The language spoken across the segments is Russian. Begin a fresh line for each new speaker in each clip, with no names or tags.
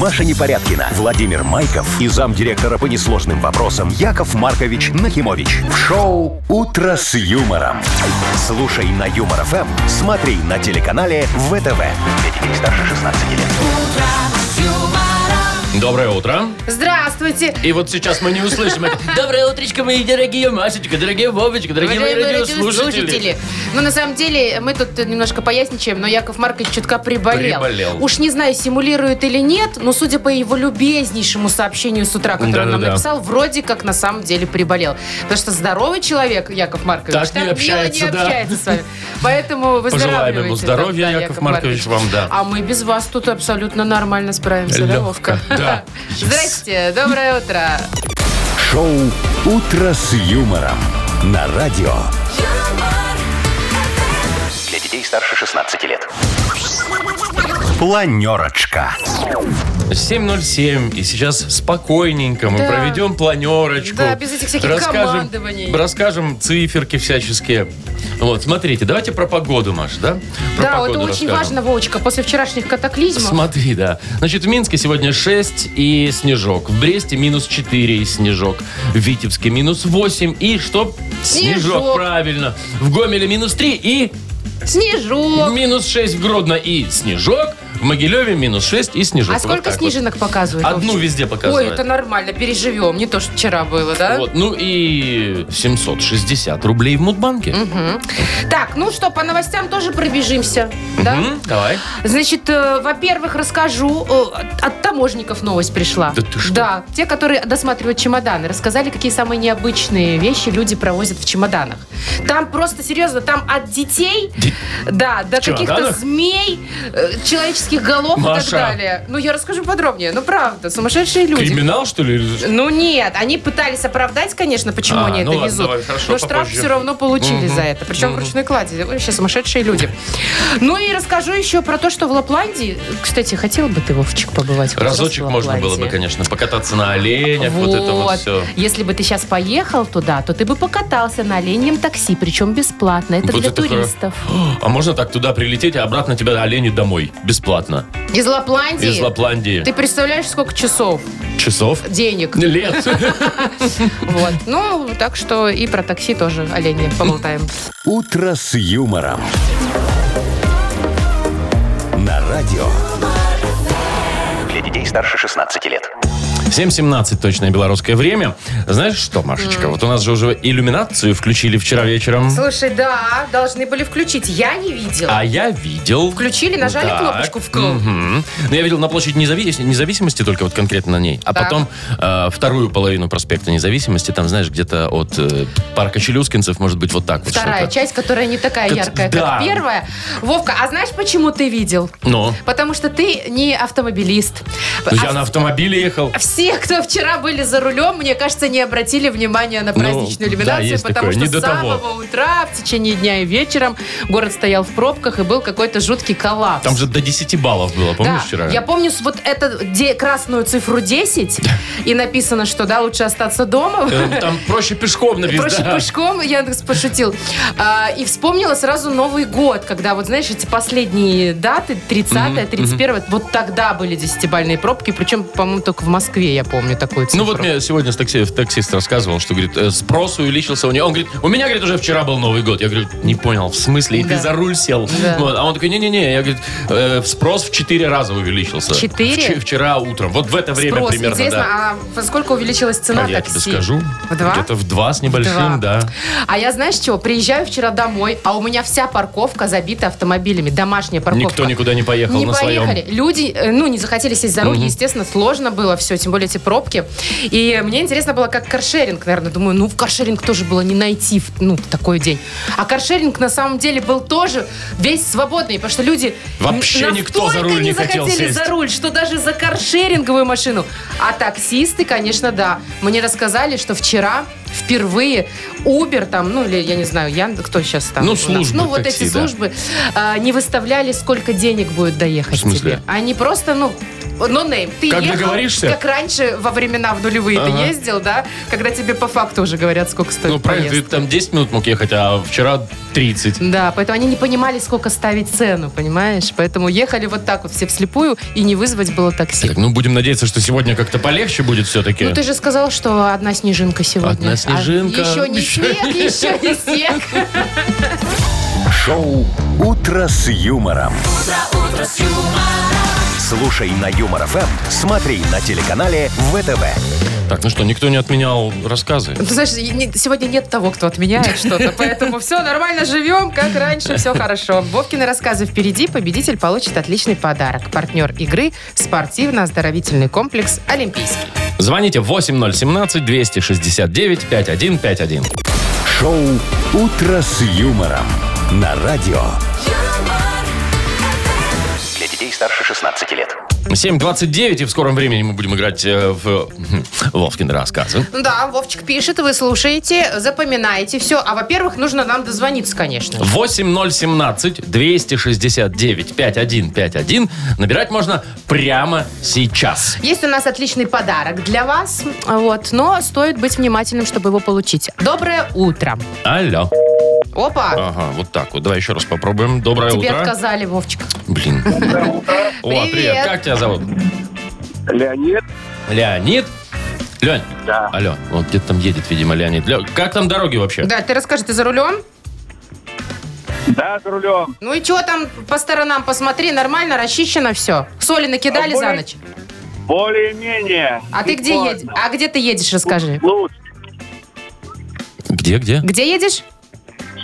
Маша Непорядкина, Владимир Майков и замдиректора по несложным вопросам Яков Маркович Нахимович. В шоу «Утро с юмором». Слушай на Юмор ФМ, смотри на телеканале ВТВ. Для детей старше 16 лет.
Доброе утро.
Здравствуйте.
И вот сейчас мы не услышим это. Доброе утречко, мои дорогие Машечка, дорогие Вовочка, дорогие мои
Дорогие
радиослушатели.
радиослушатели. Ну, на самом деле, мы тут немножко поясничаем, но Яков Маркович чутка приболел.
Приболел.
Уж не знаю, симулирует или нет, но судя по его любезнейшему сообщению с утра, которое он нам
Да-да-да.
написал, вроде как на самом деле приболел. Потому что здоровый человек, Яков Маркович,
Так не
мило
общается,
не
да.
общается с вами. Поэтому
Пожелаем ему
выздоравливайте.
здоровья,
Да, да,
Яков Маркович, вам, да.
А мы без вас тут абсолютно нормально справимся, да, Вовка?
Лёвка, да.
Здрасте, доброе утро.
Шоу «Утро с юмором» на радио. Для детей старше 16 лет. Планерочка.
7.07, и сейчас спокойненько мы
Да.
проведем планерочку.
Да, без этих всяких командований.
Расскажем циферки всяческие. Вот, смотрите, давайте про погоду, Маш, да? Про
да,
погоду
это очень
расскажем.
важно, Вовочка, после вчерашних катаклизмов.
Смотри, да. Значит, в Минске сегодня 6 и снежок. В Бресте минус 4 и снежок. В Витебске минус 8 и что? Снежок,
Снежок.
правильно. В Гомеле минус 3 и
Снежок.
минус 6 в Гродно и снежок. В Могилеве минус 6 и снежок.
А
Вот
сколько
так вот.
снежинок показывают?
Одну
Вовчик?
везде показывают.
Ой, это нормально, переживем. Не то, что вчера было, да?
Вот, ну и 760 рублей в Мудбанке.
Так, ну что, по новостям тоже пробежимся, да?
М, Давай.
Значит, э, во-первых, расскажу, э, от- от таможников новость пришла.
Да ты что?
Да, те, которые досматривают чемоданы, рассказали, какие самые необычные вещи люди провозят в чемоданах. Там просто, серьезно, там от детей,
Ди-
да, до каких-то
чемоданах?
змей, э, человеческих голов и
Маша.
так далее. Ну, я расскажу подробнее. Ну, правда, сумасшедшие люди.
Криминал, что ли? или что?
Ну нет, они пытались оправдать, конечно, почему
А,
они
ну
это
ладно,
везут.
давай, хорошо,
но штраф
попозже.
все равно получили
Мгм.
за это. Причем в ручной кладе. Вообще сумасшедшие люди. Ну и расскажу еще про то, что в Лапландии... Кстати, хотел бы ты, Вовчик, побывать хоть раз
Разочек
в
можно было бы,
Лапландии?
конечно, покататься на оленях, вот, это вот все.
Если бы ты сейчас поехал туда, то ты бы покатался на оленьем такси, причем бесплатно. Это
Вот
для
это хоро-
туристов.
А можно так туда прилететь, а обратно тебя олени домой? Бесплатно.
Из Лапландии?
Из Лапландии.
Ты представляешь, сколько часов,
Часов?
денег?
Лет.
Вот. Ну, так что и про такси тоже оленье поболтаем.
«Утро с юмором». На радио. Для детей старше 16 лет.
7.17 точное белорусское время. Знаешь что, Машечка, вот у нас же уже иллюминацию включили вчера вечером.
Слушай, да, должны были включить. Я не видела.
А я видел...
Включили, нажали
Так.
кнопочку «вкл».
Мгм. Ну, я видел на площади независ- независимости, только вот конкретно на ней. А
Так.
потом э, вторую половину проспекта независимости, там, знаешь, где-то от э, парка Челюскинцев, может быть, вот так вот
Вторая
что-то.
часть, которая не такая
Как-
яркая,
да.
как первая. Вовка, а знаешь, почему ты видел?
Ну,
Потому что ты не автомобилист.
ну, я
А
на автомобиле ехал.
Все, кто вчера были за рулем, мне кажется, не обратили внимания на
Ну, да,
праздничную иллюминацию,
есть
потому
такое, не до
что с самого
того.
утра, в течение дня и вечером город стоял в пробках и был какой-то жуткий коллапс.
Там же до 10 баллов было, помнишь
Да,
вчера?
Я помню с- вот эту де- красную цифру 10, и написано, что да, лучше остаться дома.
Э, Там проще пешком на
Проще пешком, Яндекс пошутил. А, и вспомнила сразу Новый год, когда, вот знаешь, эти последние даты, 30 31 вот тогда были 10-бальные пробки, причем, по-моему, только в Москве, я помню такую цифру.
Ну вот мне сегодня с такси, таксист рассказывал, что, говорит, э, спрос увеличился у него. Он говорит, у меня, говорит, уже вчера был Новый год. Я говорю, не понял, в смысле? И ты
Да.
за руль сел?
Да.
Вот. А он такой, не-не-не. Я, говорит, «Э, спрос в четыре раза увеличился.
Четыре?
Вч- Вчера утром. Вот в это время
Спрос.
примерно,
Интересно,
да.
а во сколько увеличилась цена
А я
такси?
тебе скажу.
В два?
Где-то в два с
Два.
небольшим, да.
А я, знаешь чего, приезжаю вчера домой, а у меня вся парковка забита автомобилями, домашняя парковка.
Никто никуда не поехал
Не
на
поехали.
своем.
Люди, э, ну, не захотели сесть за руль, естественно, сложно было все, тем более эти пробки. И мне интересно было, как каршеринг, наверное, думаю, ну, в каршеринг тоже было не найти, в- ну, в такой день. А каршеринг на самом деле был тоже весь свободный, потому что люди
Вообще
настолько
никто за руль
не
не хотел
захотели
сесть.
за руль, что даже за каршеринговую машину. А таксисты, конечно, да. Мне рассказали, что вчера впервые Uber там, ну, или, я не знаю, Яндекс, кто сейчас там?
Ну,
у нас?
службы
Ну, вот
такси,
эти
да.
службы а, не выставляли, сколько денег будет доехать
В смысле?
тебе. Они просто, ну, No name. Ты
Как
ехал,
договоришься?
как раньше, во времена в нулевые
Ага.
ты ездил, да? Когда тебе по факту уже говорят, сколько стоит
Ну, правильно, ты
поездка.
там 10 минут мог ехать, а вчера 30.
Да, поэтому они не понимали, сколько ставить цену, понимаешь? Поэтому ехали вот так вот все вслепую, и не вызвать было такси.
Так, ну, будем надеяться, что сегодня как-то полегче будет все-таки.
Ну, ты же сказал, что одна снежинка сегодня.
Одна
А
снежинка.
еще не
Еще
снег,
не-
еще не снег.
Шоу «Утро с юмором». Слушай на Юмор ФМ, смотри на телеканале ВТВ.
Так, ну что, никто не отменял рассказы?
Ну, Ты знаешь, и не- сегодня нет того, кто отменяет что-то, поэтому все нормально живем, как раньше, все хорошо. Вовкины рассказы впереди, победитель получит отличный подарок. Партнер игры – спортивно-оздоровительный комплекс «Олимпийский».
Звоните 8017-269-5151.
Шоу «Утро с юмором» на радио. Для детей старше 16 лет.
7.29, и в скором времени мы будем играть э, в хм, Вовкин рассказы.
Ну Да, Вовчик пишет, вы слушаете, запоминаете все. А, во-первых, нужно нам дозвониться, конечно.
8017-269-5151. Набирать можно прямо сейчас.
Есть у нас отличный подарок для вас, вот, но стоит быть внимательным, чтобы его получить. Доброе утро.
Алло.
Опа,
Ага, вот так вот. Давай еще раз попробуем. А, Доброе
тебе
утро.
отказали, Вовчик.
Блин. О, привет.
Привет.
Как тебя зовут?
Леонид.
Леонид? Лень.
Да.
Алло. Вот где-то там едет, видимо, Леонид. Лё, как там дороги вообще?
Да, ты расскажи, ты за рулем?
Да, за рулем.
Ну и что там по сторонам посмотри, нормально, расчищено все. Соли накидали
А
за
более-
ночь.
Более-менее.
А ты где
Бесплатно.
едешь? А где ты едешь, расскажи.
Слуцк.
Где, где?
Где едешь?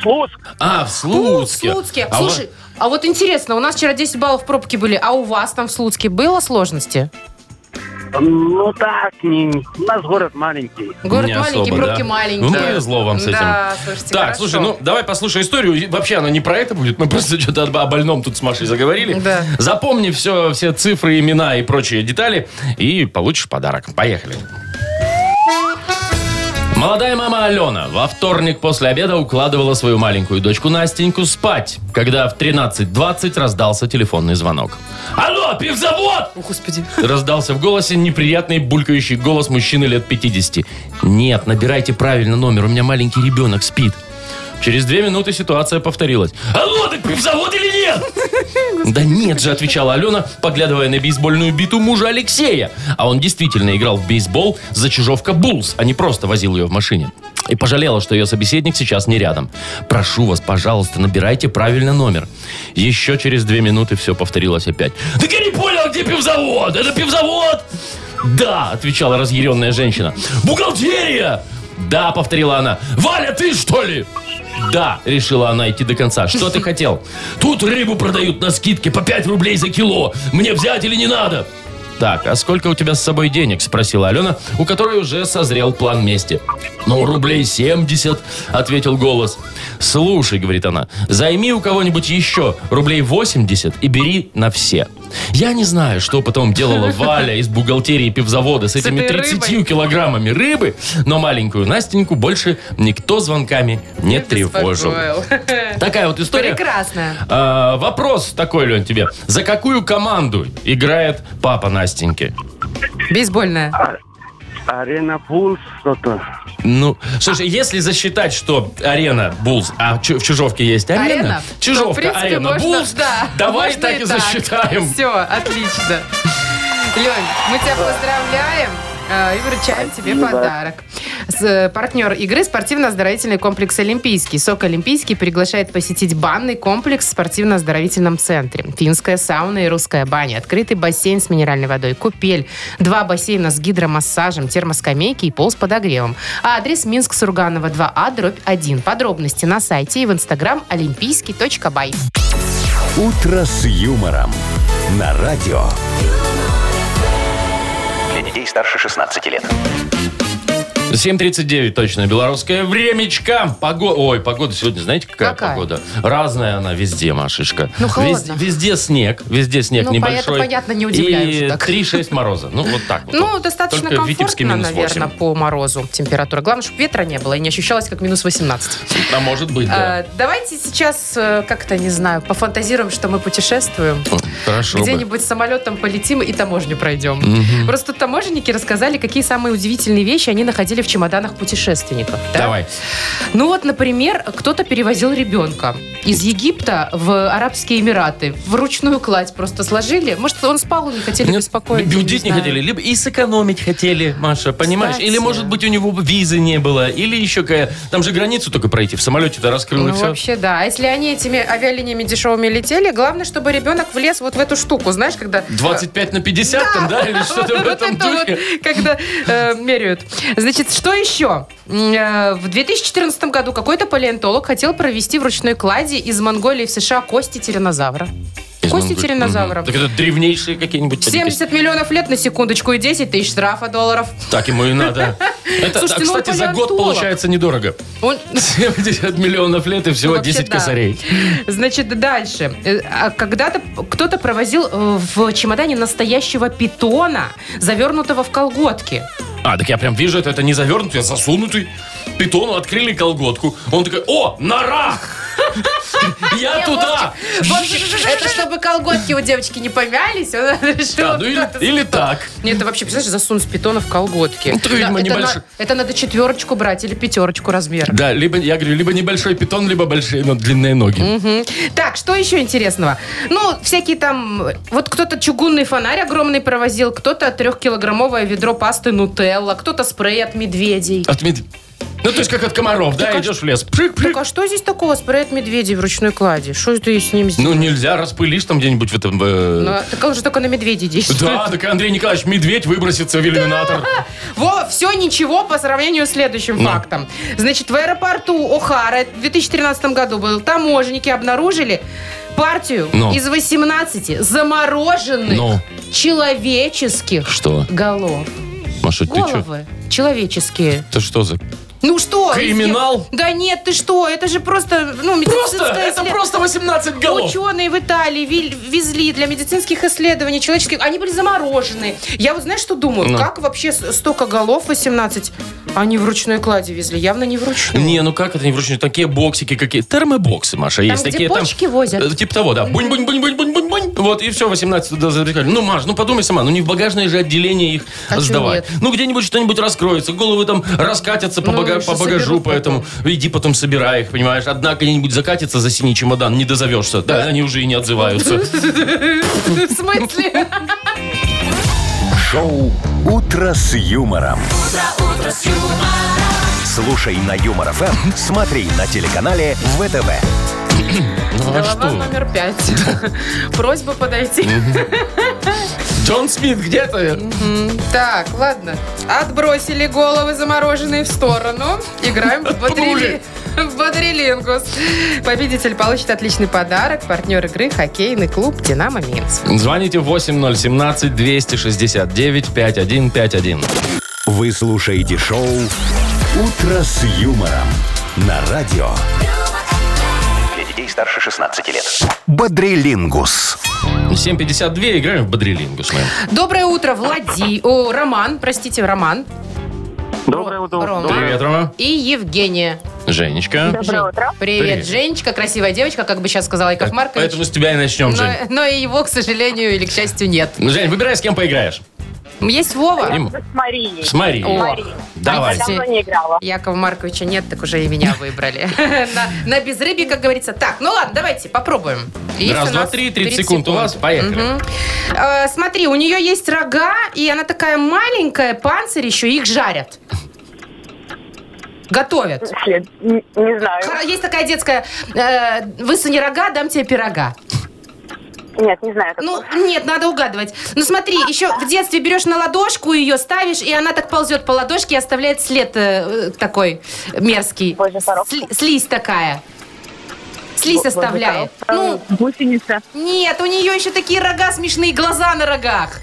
Слуцк.
А, в Слуцке.
В Слуцке.
А
Слушай, а вот интересно, у нас вчера 10 баллов пробки были, а у вас там в Слуцке было сложности?
Ну так, не- у нас город маленький.
Город
Не
маленький,
особо,
пробки
да.
маленькие.
Ну, повезло вам с этим.
Да, слушайте,
Так,
хорошо.
слушай, ну давай послушай историю. И Вообще она не про это будет. Мы просто что-то об- о больном тут с Машей заговорили.
Да.
Запомни все, все цифры, имена и прочие детали, и получишь подарок. Поехали. Молодая мама Алена во вторник после обеда укладывала свою маленькую дочку Настеньку спать, когда в 13.20 раздался телефонный звонок. Алло, пивзавод!
О, господи.
Раздался в голосе неприятный булькающий голос мужчины лет 50. «Нет, набирайте правильно номер, у меня маленький ребенок спит». Через две минуты ситуация повторилась. «А «Алло, так пивзавод или нет?» «Да нет же», отвечала Алена, поглядывая на бейсбольную биту мужа Алексея. А он действительно играл в бейсбол за чижовка Буллс, а не просто возил ее в машине. И пожалела, что ее собеседник сейчас не рядом. «Прошу вас, пожалуйста, набирайте правильно номер». Еще через две минуты все повторилось опять. «Так я не понял, где пивзавод? Это пивзавод?» «Да», — отвечала разъяренная женщина. «Бухгалтерия!» «Да», — повторила она. «Валя, ты что ли?» «Да», — решила она идти до конца. «Что ты хотел?» «Тут рыбу продают на скидке по 5 рублей за кило. Мне взять или не надо?» «Так, а сколько у тебя с собой денег?» — спросила Алена, у которой уже созрел план мести. «Ну, рублей 70», — ответил голос. «Слушай», — говорит она, — «займи у кого-нибудь еще рублей 80 и бери на все». Я не знаю, что потом делала Валя из бухгалтерии пивзавода с
С
этими
этой
30
рыбой.
килограммами рыбы, но маленькую Настеньку больше никто звонками не тревожил.
Беспокоил.
Такая вот история.
Прекрасная.
А, вопрос такой, Лен, тебе. За какую команду играет папа Настеньки?
Бейсбольная.
Арена Пулс что-то.
Ну, слушай, если засчитать, что арена Булз, а чу- в Чижовке есть арена,
Арена.
Чижовка,
То, в принципе,
арена
можно-
Булз,
да,
давай
можно
так и, засчитаем.
Все, отлично. Лень, мы тебя поздравляем. э, И вручаем тебе
Спасибо.
подарок. С- э, партнер игры спортивно-оздоровительный комплекс «Олимпийский». «Сок Олимпийский» приглашает посетить банный комплекс в спортивно-оздоровительном центре. Финская сауна и русская баня. Открытый бассейн с минеральной водой. Купель. Два бассейна с гидромассажем, термоскамейки и пол с подогревом. А Адрес Минск, Сурганова, 2А, дробь 1. Подробности на сайте и в инстаграм олимпийский.бай.
«Утро с юмором» на радио.
Для детей старше 16 лет.
7.39 точно, белорусское времечко. Погода, ой, погода сегодня, знаете, какая,
Какая?
погода? Разная она везде, Машечка.
Ну,
Вез-
холодно.
везде снег, везде снег
Ну,
небольшой.
понятно- понятно, не
И
удивляемся так.
3-6 мороза. Ну, вот так вот.
Ну, достаточно
Только в Витебске минус
комфортно,
8.
наверное, по морозу температура. Главное, чтобы ветра не было и не ощущалось, как минус 18.
А может быть, да.
Э, Давайте сейчас, э, как-то, не знаю, пофантазируем, что мы путешествуем.
Вот, Хорошо бы.
Где-нибудь самолетом полетим и таможню пройдем. Просто таможенники рассказали, какие самые удивительные вещи они находили в чемоданах путешественников. да?
Давай.
Ну вот, например, кто-то перевозил ребенка из Египта в Арабские Эмираты. Вручную кладь просто сложили. Может, он спал, не хотели
Ну,
беспокоить. я
Бюджет не
знаю.
хотели, либо и сэкономить хотели, Маша, понимаешь?
Кстати.
Или, может быть, у него визы не было, или еще какая... Там же границу только пройти, в самолете-то раскрыл и
Ну,
все.
вообще, да. А если они этими авиалиниями дешевыми летели, главное, чтобы ребенок влез вот в эту штуку, знаешь, когда...
25 на 50 там, да, или что-то в
Вот
этом
это вот,
духе?
когда э, меряют. Значит, что еще? М, э, В 2014 году какой-то палеонтолог хотел провести в ручной кладе из Монголии в США кости тиранозавра. Кости тиранозавра.
Мгм. Так это древнейшие какие-нибудь.
70 миллионов лет на секундочку и 10 тысяч штрафа долларов.
Так ему и надо. Это,
Слушайте,
а,
ну он
кстати, за год
палеонтолог.
получается недорого.
Он,
70 миллионов лет и всего
Ну, вообще
10
да.
косарей.
Значит, дальше. Э, а Когда-то кто-то провозил э, в чемодане настоящего питона, завернутого в колготки.
А, так я прям вижу, это, это не завернутый, а засунутый. Питону открыли колготку. Он такой, о, нора! Я туда!
Вот, это чтобы колготки у девочки не помялись, он решил
Да, ну или-
куда-то
или так.
Нет, это вообще, представляешь, засунуть питона в колготки.
Ну, ты, видимо,
это,
небольшой.
на- это надо четверочку брать или пятерочку размера.
Да, либо, я говорю, либо небольшой питон, либо большие, но длинные ноги.
Мгм. Так, что еще интересного? Ну, всякие там... э, Вот кто-то чугунный фонарь огромный провозил, кто-то трехкилограммовое ведро пасты Нутелла, кто-то спрей от медведей.
От мед- Ну, то есть, как от комаров, да,
а
идешь в лес. Пшик, пшик.
Так а что здесь такого? Спрей от медведей в ручной кладе. Что ты с ним сделал?
Ну, нельзя, распылишь там где-нибудь в этом... э,
так он же только на медведей действует.
Да, так Андрей Николаевич, медведь выбросится в иллюминатор.
Во, все ничего по сравнению с следующим
Ну.
фактом. Значит, в аэропорту О'Хара в 2013 году был, таможенники обнаружили партию
Ну.
из 18 замороженных
Ну.
человеческих
Что?
голов.
Маша, ты что?
Головы человеческие.
Это что за...
Ну что?
Криминал?
Да нет, ты что? Это же просто, ну, медицинское
Просто! Это
след-
просто 18 голов!
Ученые в Италии вил- везли для медицинских исследований человеческих. Они были заморожены. Я вот знаешь, что думаю?
Ну.
Как вообще с- столько голов, 18, они в ручной кладе везли? Явно не вручную.
Не, ну как это не вручную? Такие боксики какие. Термобоксы, Маша, есть
где
такие.
почки возят.
Э, Типа того, да. Бунь-бунь-бунь-бунь-бунь-бунь. Вот, и все, 18 туда завлекали. Ну, Маш, ну подумай сама, ну не в багажное же отделение их
А чё
сдавать.
нет?
Ну, где-нибудь что-нибудь раскроется, головы там раскатятся по,
Ну,
бага-
что
по багажу,
соберут
поэтому иди потом собирай их, понимаешь. Одна где-нибудь закатится за синий чемодан, не дозовешься. Да, они уже и не отзываются.
В смысле?
Шоу «Утро с юмором». Слушай на Юмор ФМ, смотри на телеканале ВТВ.
Ну, а
Голова
что? Ну,
номер пять. Просьба подойти.
Джон Смит, где ты?
Так, ладно. Отбросили головы замороженные в сторону. Играем в, бодрили... в бодрилингус. Победитель получит отличный подарок. Партнер игры хоккейный клуб «Динамо Минск».
Звоните 8017-269-5151.
Вы слушаете шоу «Утро с юмором» на радио. Для детей старше 16 лет. Бодрилингус.
7.52, играем в бодрелингу с моим.
Доброе утро, Влади... О, Роман, простите, Роман.
Доброе
Ро-
утро.
Рома.
Привет, Рома.
И Евгения.
Женечка.
Доброе утро.
Привет.
Привет.
Женечка, красивая девочка, как бы сейчас сказала Яков Маркович.
Поэтому с тебя и начнем,
Но,
Жень.
но и его, к сожалению, или к счастью, нет.
Ну, Жень, выбирай, с кем поиграешь.
Есть Вова.
Им.
С Марией.
С Марией.
А, О,
Марией.
Давай.
Я давно не играла.
Якова Марковича нет, так уже и меня выбрали. На, на безрыбье, как говорится. Так, ну ладно, давайте попробуем. Есть
Раз,
у
два,
нас
три, 30 секунд у вас. Поехали.
Мгм. Э, смотри, у нее есть рога, и она такая маленькая, панцирь еще, их жарят. Готовят.
След- н- Не знаю.
Хра- Есть такая детская, э, высуни рога, дам тебе пирога.
Нет, не знаю.
Ну, нет, надо угадывать. Ну, смотри,
А,
еще в детстве берешь на ладошку ее, ставишь, и она так ползет по ладошке и оставляет след э, э, такой мерзкий.
Боже, коробка.
Сли- слизь такая. Слизь оставляет. Ну,
гусеница.
нет, у нее еще такие рога смешные, глаза на рогах.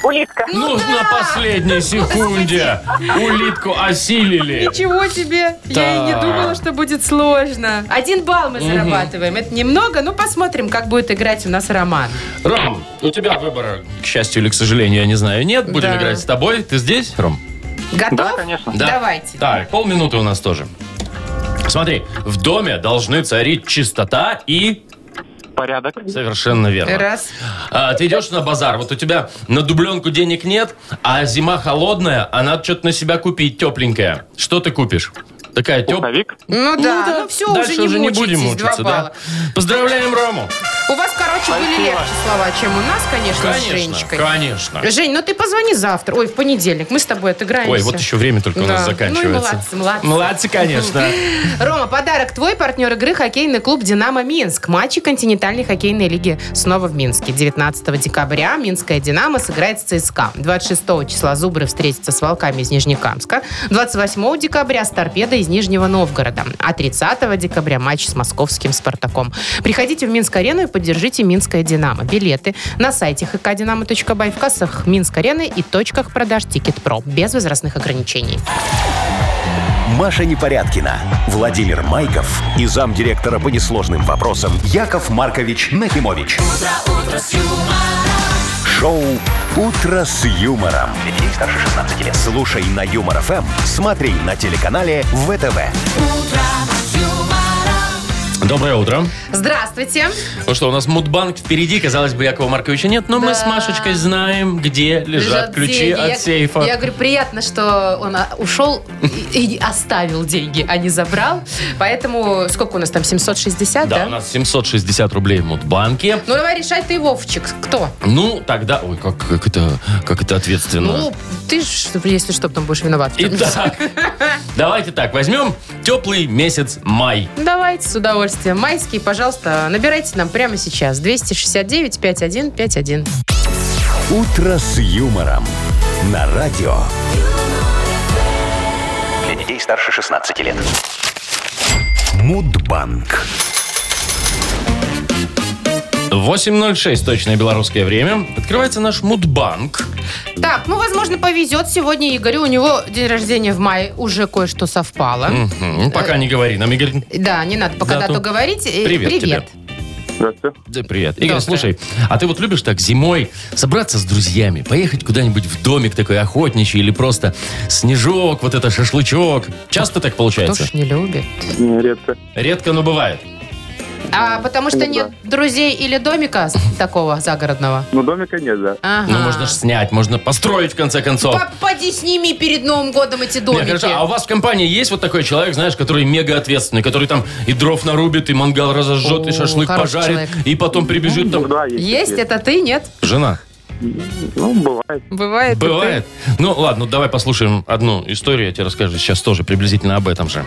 Улитка.
Ну, на последней секунде улитку осилили.
Ничего себе! Я и не
Так.
думала, что будет сложно. Один балл мы зарабатываем. Это немного, но посмотрим, как будет играть у нас Роман.
Ром, у тебя выбора, к счастью или к сожалению, я не знаю, нет. Будем
Да.
играть с тобой. Ты здесь, Ром?
Готов?
Да, конечно.
Да.
Давайте.
Так, полминуты у нас тоже. Смотри, в доме должны царить чистота и...
Порядок.
Совершенно верно.
Раз.
А, ты идешь на базар, вот у тебя на дубленку денег нет, а зима холодная, а надо что-то на себя купить тепленькое. Что ты купишь? Такая теплая.
Пуховик.
Ну да, ну, все,
Дальше
уже не, мучитесь,
будем
два
мучиться, да.
балла.
Поздравляем Рому.
У вас, короче, были легче слова, чем у нас, конечно, с
Конечно,
Женечкой.
конечно.
Жень, ну ты позвони завтра. Ой, в понедельник. Мы с тобой отыграемся.
Ой, вот еще время только у нас
Да.
заканчивается.
Ну и молодцы, молодцы.
Молодцы, конечно.
Рома, подарок твой, партнер игры, хоккейный клуб «Динамо Минск». Матчи континентальной хоккейной лиги снова в Минске. 19 декабря Минская «Динамо» сыграет с ЦСКА. 26 числа Зубры встретятся с «Волками» из Нижнекамска. 28 декабря с «Торпедой» из Нижнего Новгорода. А 30 декабря матч с московским «Спартаком». Приходите в Минск-арену и поддержите «Минское Динамо». Билеты на сайте hkdinamo.by, в кассах «Минск-арены» и точках продаж «Тикет.Про» без возрастных ограничений.
Маша Непорядкина, Владимир Майков и замдиректора по несложным вопросам Яков Маркович Нахимович. Шоу Утро с юмором. Для детей старше 16 лет. Слушай на юмор ФМ, смотри на телеканале ВТВ.
Доброе утро.
Здравствуйте!
Ну что, у нас мудбанк впереди, казалось бы, Якова Марковича нет, но мы
Да.
с Машечкой знаем, где лежат
лежат
ключи
деньги.
от
Я-
сейфа.
Я, говорю, приятно, что он а, ушел и, и оставил деньги, а не забрал. Поэтому сколько у нас там, 760,
Да,
да?
у нас 760 рублей в Мудбанке.
Ну, давай решай ты, Вовчик, кто?
Ну, тогда... Ой, как, как это, как это ответственно.
Ну, ты, ж, если что, потом будешь виноват. в чём-нибудь.
Итак, давайте так, возьмем теплый месяц май.
Давайте с удовольствием. Майские, пожалуйста, набирайте нам прямо сейчас. 269-5151.
Утро с юмором. На радио. Для детей старше 16 лет. Мудбанк.
8.06, точное белорусское время. Открывается наш Мудбанк.
Так, ну, возможно, повезет сегодня Игорю. У него день рождения в мае. Уже кое-что совпало.
Мгм, Ну, Пока не говори нам, Игорь.
Да, не надо пока
Дату.
дату говорить. Э,
Привет тебе.
Привет.
Здравствуйте.
Да, привет. Игорь,
Доброе.
слушай, а ты вот любишь так зимой собраться с друзьями, поехать куда-нибудь в домик такой охотничий или просто снежок, вот это шашлычок? Часто так
Кто
получается?
ж не любит?
Редко.
Редко, но бывает.
А потому что
Да.
нет друзей или домика с- такого загородного?
Ну, домика нет, да.
Ага.
Ну, можно ж снять, можно построить в конце концов.
П- Поди сними перед Новым годом эти
Не,
домики.
хорошо, а у вас в компании есть вот такой человек, знаешь, который мега ответственный, который там и дров нарубит, и мангал разожжет,
О,
и шашлык
хороший
пожарит,
человек.
и потом прибежит там...
Да, Ну, есть.
Есть
такие.
это ты, нет?
Жена.
Ну, бывает.
Бывает. это
Бывает? Ну, ладно, давай послушаем одну историю, я тебе расскажу сейчас тоже приблизительно об этом же.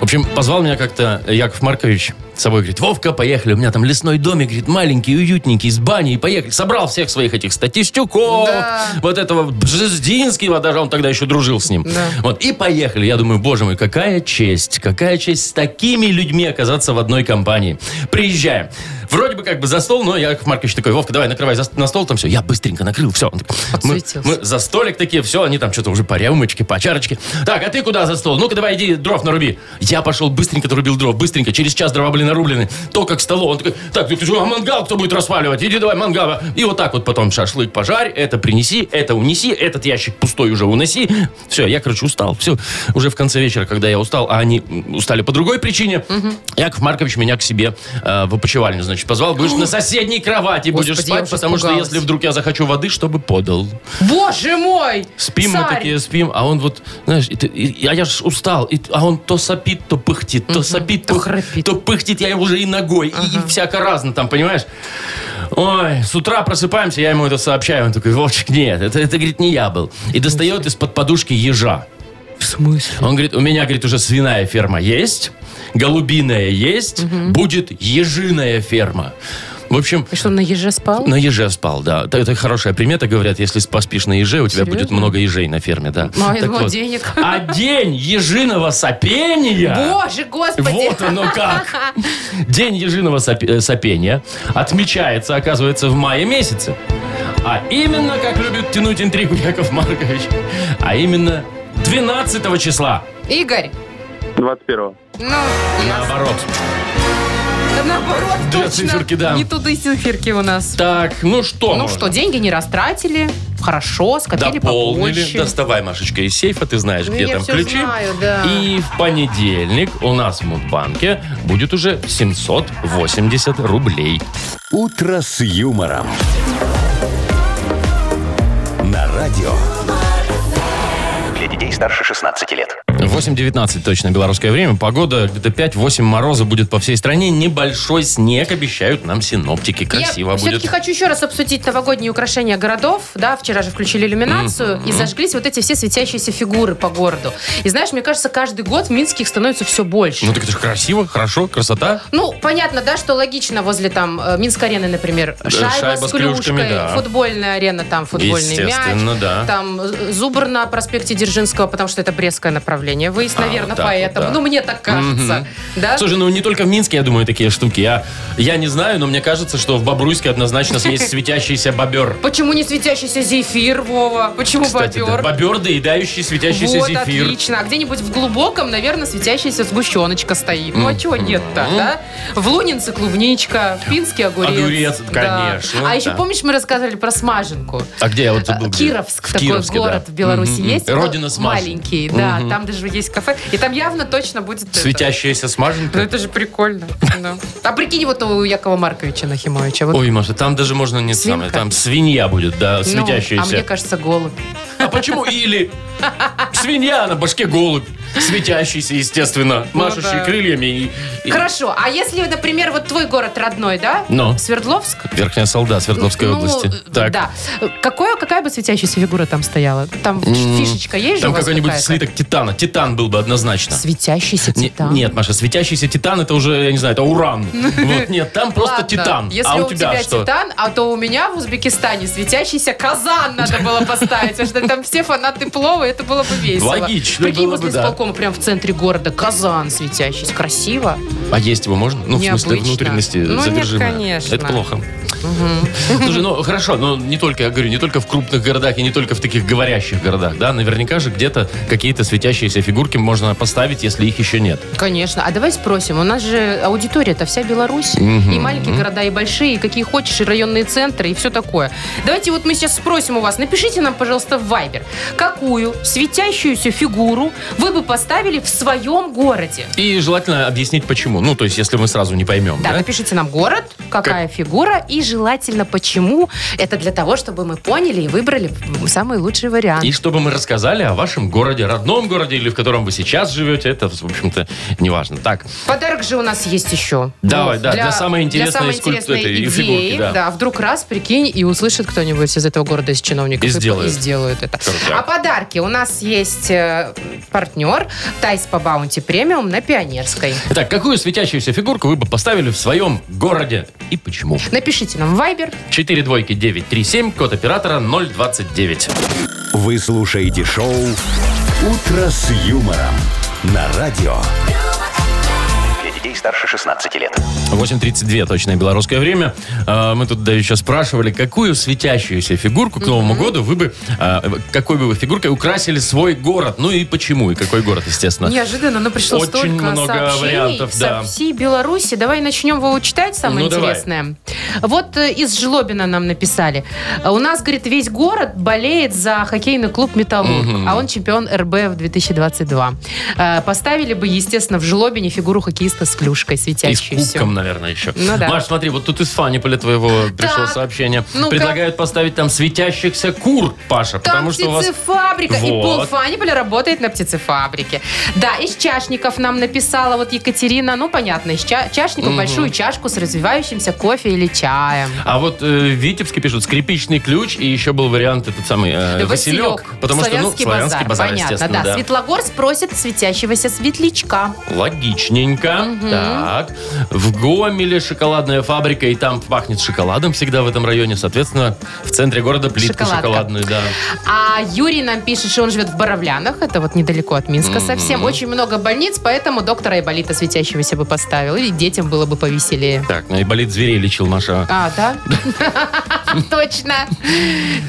В общем, позвал меня как-то Яков Маркович с собой, говорит, Вовка, поехали, у меня там лесной домик, говорит, маленький, уютненький, с баней, поехали. Собрал всех своих этих статистюков,
Да.
вот этого Бжездинского, даже он тогда еще дружил с ним.
Да.
Вот, и поехали. Я думаю, боже мой, какая честь, какая честь с такими людьми оказаться в одной компании. Приезжаем. Вроде бы как бы за стол, но Яков Маркович такой, Вовка, давай, накрывай за- на стол там все. Я быстренько накрыл, все. Мы,
Подсуетился.
мы за столик такие, все, они там что-то уже по рюмочке, по чарочке. Так, а ты куда за стол? Ну-ка давай иди дров наруби. Я пошел быстренько нарубил дров, быстренько. Через час дрова были нарублены. То как к столу. Он такой, так, ты, ты что, а мангал кто будет распаливать? Иди давай мангала. И вот так вот потом шашлык пожарь, это принеси, это унеси, этот ящик пустой уже уноси. Все, я, короче, устал. Все, уже в конце вечера, когда я устал, а они м, устали по другой причине, Яков Маркович меня к себе э, в опочивальню, значит, позвал. Будешь на соседней кровати,
Господи,
будешь
я
спать,
уже
потому что
испугалась.
если вдруг я захочу воды, чтобы подал.
ты. Боже мой!
Спим мы
Царь!
такие, спим, а он вот, знаешь, и ты- и- а я ж устал, и- а он то сопит, то пыхтит, то сопит, то,
то храпит.
то пыхтит, я его уже и ногой, и- и, всяко разно там, понимаешь? Ой, с утра просыпаемся, я ему это сообщаю, он такой, Вовчик, нет, это, это говорит, не я был. И достает из-под подушки ежа.
В смысле?
Он говорит, у меня, говорит, уже свиная ферма есть, голубиная есть, будет ежиная ферма. В общем,
И что, на еже спал?
на еже спал, да. Это, это хорошая примета, говорят, если поспишь на еже, у тебя
Серьезно?
будет много ежей на ферме, да.
А, я
Так
думала,
вот.
денег.
А день ежиного сопения...
Боже, господи!
А, Вот оно как. День ежиного соп- э, сопения отмечается, оказывается, в мае месяце. А именно, как любит тянуть интригу Яков Маркович, а именно 12 числа.
Игорь,
21-го.
ну, ясно.
Наоборот.
Да наоборот,
Две
точно.
циферки, да.
Не туда циферки у нас.
Так, ну что?
Ну
можно?
что, деньги не растратили, хорошо, скопили
Дополнили.
побольше.
Доставай, Машечка, из сейфа, ты знаешь,
Ну,
где
я
там
всё
ключи.
знаю, да.
И в понедельник у нас в Мудбанке будет уже 780 рублей.
«Утро с юмором». На радио. Для детей старше 16 лет.
8.19 точно белорусское время. Погода где-то 5-8 мороза будет по всей стране. Небольшой снег обещают нам синоптики. Красиво
Я
будет.
все-таки хочу еще раз обсудить новогодние украшения городов. Да, вчера же включили иллюминацию и зажглись вот эти все светящиеся фигуры по городу. И знаешь, мне кажется, каждый год в Минске их становится все больше.
Ну так это же красиво, хорошо, красота.
Ну, понятно, да, что логично возле там э, Минск-арены, например, шайба,
Э, шайба с
с клюшкой,
клюшками, да.
футбольная арена, там футбольный
Естественно,
мяч,
да.
там э, зубр на проспекте Дзержинского, потому что это брестское направление. Выезд,
А,
наверное,
вот так вот,
поэтому.
да.
Ну, мне так кажется. Да?
Слушай, ну не только в Минске, я думаю, такие штуки. Я, я не знаю, но мне кажется, что в Бобруйске однозначно есть светящийся бобер.
Почему не светящийся зефир, Вова? Почему
Кстати, да,
бобер?
бобер, доедающий светящийся
вот,
зефир.
отлично. А где-нибудь в глубоком, наверное, светящаяся сгущеночка стоит. Ну, а чего нет-то, да? В Лунинце клубничка, в Пинске огурец.
Огурец,
Да.
конечно,
А еще,
да.
помнишь, мы рассказывали про смаженку? Э,
А где я вот забыл, где?
Кировск,
В
такой
Кировске,
город
да.
в Беларуси
Мгм.
есть.
Родина
Ну,
смаженки.
Маленький, да. Там даже есть кафе. И там явно точно будет это.
Светящаяся
Ну
смаженка.
это же прикольно. ну. А прикинь, вот у Якова Марковича Нахимовича. Вот,
Ой, Маша, там даже можно не
Свинка.
самое. Там свинья будет, да,
ну,
светящаяся.
а мне кажется, голубь.
А почему или? Свинья на башке голубь, светящийся, естественно,
Ну
машущий
да.
крыльями. и- и-
Хорошо, а если, например, вот твой город родной, да?
Но.
Свердловск?
Верхняя Салда Свердловской
Ну,
области.
э, Да. Какое, какая бы светящаяся фигура там стояла? Там фишечка есть же у
Там
вас
какой-нибудь
какая-то?
слиток титана. Титан был бы однозначно.
Светящийся
Не-
титан.
Нет, Маша, светящийся титан это уже, я не знаю, это уран. Вот нет, там просто
Ладно,
титан.
Если
А
у тебя,
что?
титан, а то у меня в Узбекистане светящийся казан надо было поставить, потому что там все фанаты плова, и это было бы весело.
Логично
Прикинь,
было бы,
возле
да.
исполкома прям в центре города казан светящийся, красиво.
А есть его можно? Ну, в смысле,
Необычно.
внутренности
Ну, нет,
содержимое.
конечно.
Это плохо. Слушай, ну хорошо, но не только, я говорю, не только в крупных городах и не только в таких говорящих городах, да, наверняка же где-то какие-то светящиеся фигурки можно поставить, если их еще нет.
Конечно. А давай спросим, у нас же аудитория-то вся Беларусь. И маленькие города, и большие, и какие хочешь, и районные центры, и все такое. Давайте вот мы сейчас спросим у вас, напишите нам, пожалуйста, в Вайбер, какую светящуюся фигуру вы бы поставили в своем городе?
И желательно объяснить, почему. Ну, то есть, если мы сразу не поймем,
Да,
да?
напишите нам город, какая фигура и желательно почему. Это для того, чтобы мы поняли и выбрали самый лучший вариант.
И чтобы мы рассказали о вашем городе, родном городе или в котором вы сейчас живете, это, в общем-то, неважно. Так,
Подарок же у нас есть еще.
Давай, да, для самой
для самой
интересной скульптуры
интересной
этой
идеи,
фигурки, да.
да. вдруг раз, прикинь, и услышит кто-нибудь из этого города, из чиновников.
И сделают.
сделают это.
Круто.
А подарки у нас есть э, партнер Тайс по Баунти Премиум на Пионерской.
Итак, какую светящуюся фигурку вы бы поставили в своем городе и почему?
Напишите нам в Вайбер.
4 двойки 937, код оператора 029.
Вы слушаете шоу «Утро с юмором» на радио. Для детей старше 16 лет.
8.32 точное белорусское время. А, Мы тут да еще спрашивали, какую светящуюся фигурку к Новому году вы бы, а, какой бы вы фигуркой украсили свой город? Ну и почему, и какой город, естественно.
Неожиданно, но пришло
Очень
столько
много
сообщений
вариантов, да.
со всей Беларуси. Давай начнем его читать, самое
Ну, давай.
интересное. Вот э, из Жлобина нам написали. Э, У нас, говорит, весь город болеет за хоккейный клуб «Металлург», а он чемпион РБ в 2022. Э, Поставили бы, естественно, в Жлобине фигуру хоккеиста с клюшкой
И с
светящуюся.
кубком, наверное, еще.
Ну да.
Маш, смотри, вот тут из Фаниполя твоего пришло сообщение.
ну-ка.
Предлагают поставить там светящихся кур, Паша,
Там
потому что у вас...
птицефабрика. И
Вот.
Пол Фаниполя работает на птицефабрике. Да, из чашников нам написала вот Екатерина. Ну, понятно, из ча- чашников большую чашку с развивающимся кофе или чаем.
А вот э, в Витебске пишут скрипичный ключ, и еще был вариант этот самый э, Василек. Потому что, ну,
Славянский
славянский базар,
базар, понятно,
естественно,
да. Светлогорск просит светящегося светлячка.
Логичненько.
Мгм.
Так. В Гомеле шоколадная фабрика, и там пахнет шоколадом всегда в этом районе. Соответственно, в центре города плитку
Шоколадка.
шоколадную, да.
А Юрий нам пишет, что он живет в Боровлянах. Это вот недалеко от Минска совсем. Очень много больниц, поэтому доктора Айболита светящегося бы поставил. Или детям было бы повеселее.
Так, ну и болит зверей лечил Маша.
А, да? Точно.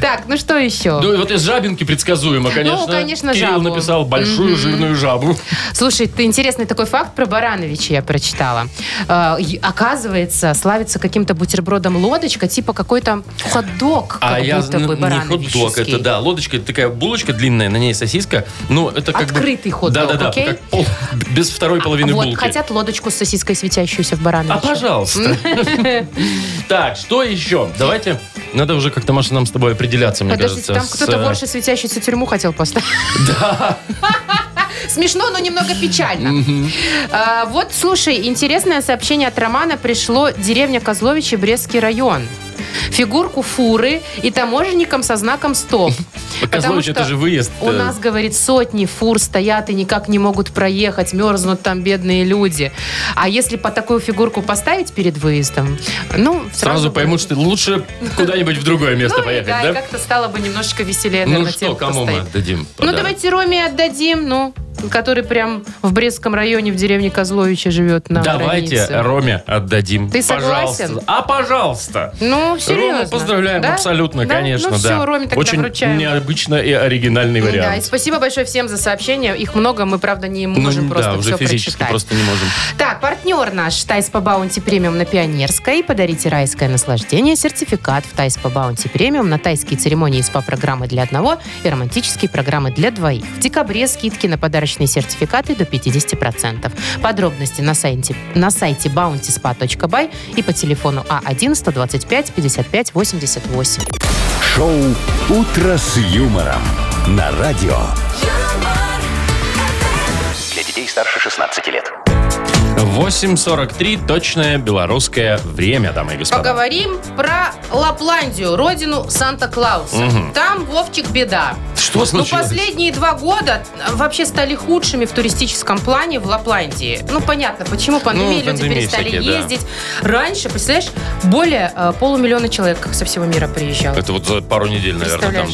Так, ну что еще?
Ну и вот из жабинки предсказуемо, конечно.
Ну, конечно,
Кирилл
жабу.
написал большую жирную жабу.
Слушай, ты интересный такой факт про Барановича я прочитала. Э, и, Оказывается, славится каким-то бутербродом лодочка, типа какой-то хот-дог,
А
как
я
будто
зн-
бы
не хот-дог,
барановический.
это да, лодочка, это такая булочка длинная, на ней сосиска. Ну, это как бы-
Открытый хот-дог,
Да-да-да,
окей?
как пол- без второй половины
Вот,
булки.
хотят лодочку с сосиской, светящуюся в
А
Барановиче.
пожалуйста. Так, что еще? Давайте, надо уже как-то, Маша, нам с тобой определяться, мне
Подождите,
кажется.
там кто-то
с, э,
больше светящуюся тюрьму хотел поставить. Да. Смешно, но немного печально. А, Вот, слушай, интересное сообщение от Романа пришло деревня Козловичи, Брестский район. Фигурку фуры и таможенникам со знаком стоп. Потому
Козлович, это
что
же выезд.
У
э,
нас, говорит, сотни фур стоят и никак не могут проехать, мерзнут там бедные люди. А если по такую фигурку поставить перед выездом, ну, сразу,
Сразу поймут, что лучше куда-нибудь в другое место
ну, и да, и
поехать, да?
как-то стало бы немножко веселее,
Ну
наверное,
что,
тем, кто
кому мы
стоит.
отдадим?
Ну,
подарок?
давайте Роме отдадим, ну, который прям в Брестском районе в деревне Козловича живет на
Давайте
границе.
Роме отдадим.
Ты
пожалуйста.
согласен?
А пожалуйста.
Ну, серьезно.
Рому поздравляем,
да?
абсолютно,
Да?
конечно,
ну,
да.
все, Роме тогда
Очень
вручаем.
необычно и оригинальный
Да, и
вариант.
спасибо большое всем за сообщения. Их много, мы, правда, не можем
ну,
просто
да, уже
все
физически
прочитать.
просто не можем.
Так, партнер наш Тайс по Баунти Премиум на Пионерской. Подарите райское наслаждение, сертификат в Тайс по Баунти Премиум на тайские церемонии и СПА-программы для одного и романтические программы для двоих. В декабре скидки на подарочные сертификаты до 50%. Подробности на сайте, на сайте bountyspa.by и по телефону А А1-125-55-88.
Шоу «Утро с юмором» на радио.
Для детей старше 16 лет.
8.43, точное белорусское время, дамы и господа.
Поговорим про Лапландию, родину Санта-Клауса. Там Вовчик беда.
Что
Ну,
случилось?
последние два года э, вообще стали худшими в туристическом плане в Лапландии. Ну, понятно, почему
Ну,
пандемия, люди
пандемии
перестали
всякие, да.
ездить. Раньше, представляешь, более э, полумиллиона человек со всего мира приезжало.
Это вот за пару недель, наверное, там,
Представляешь,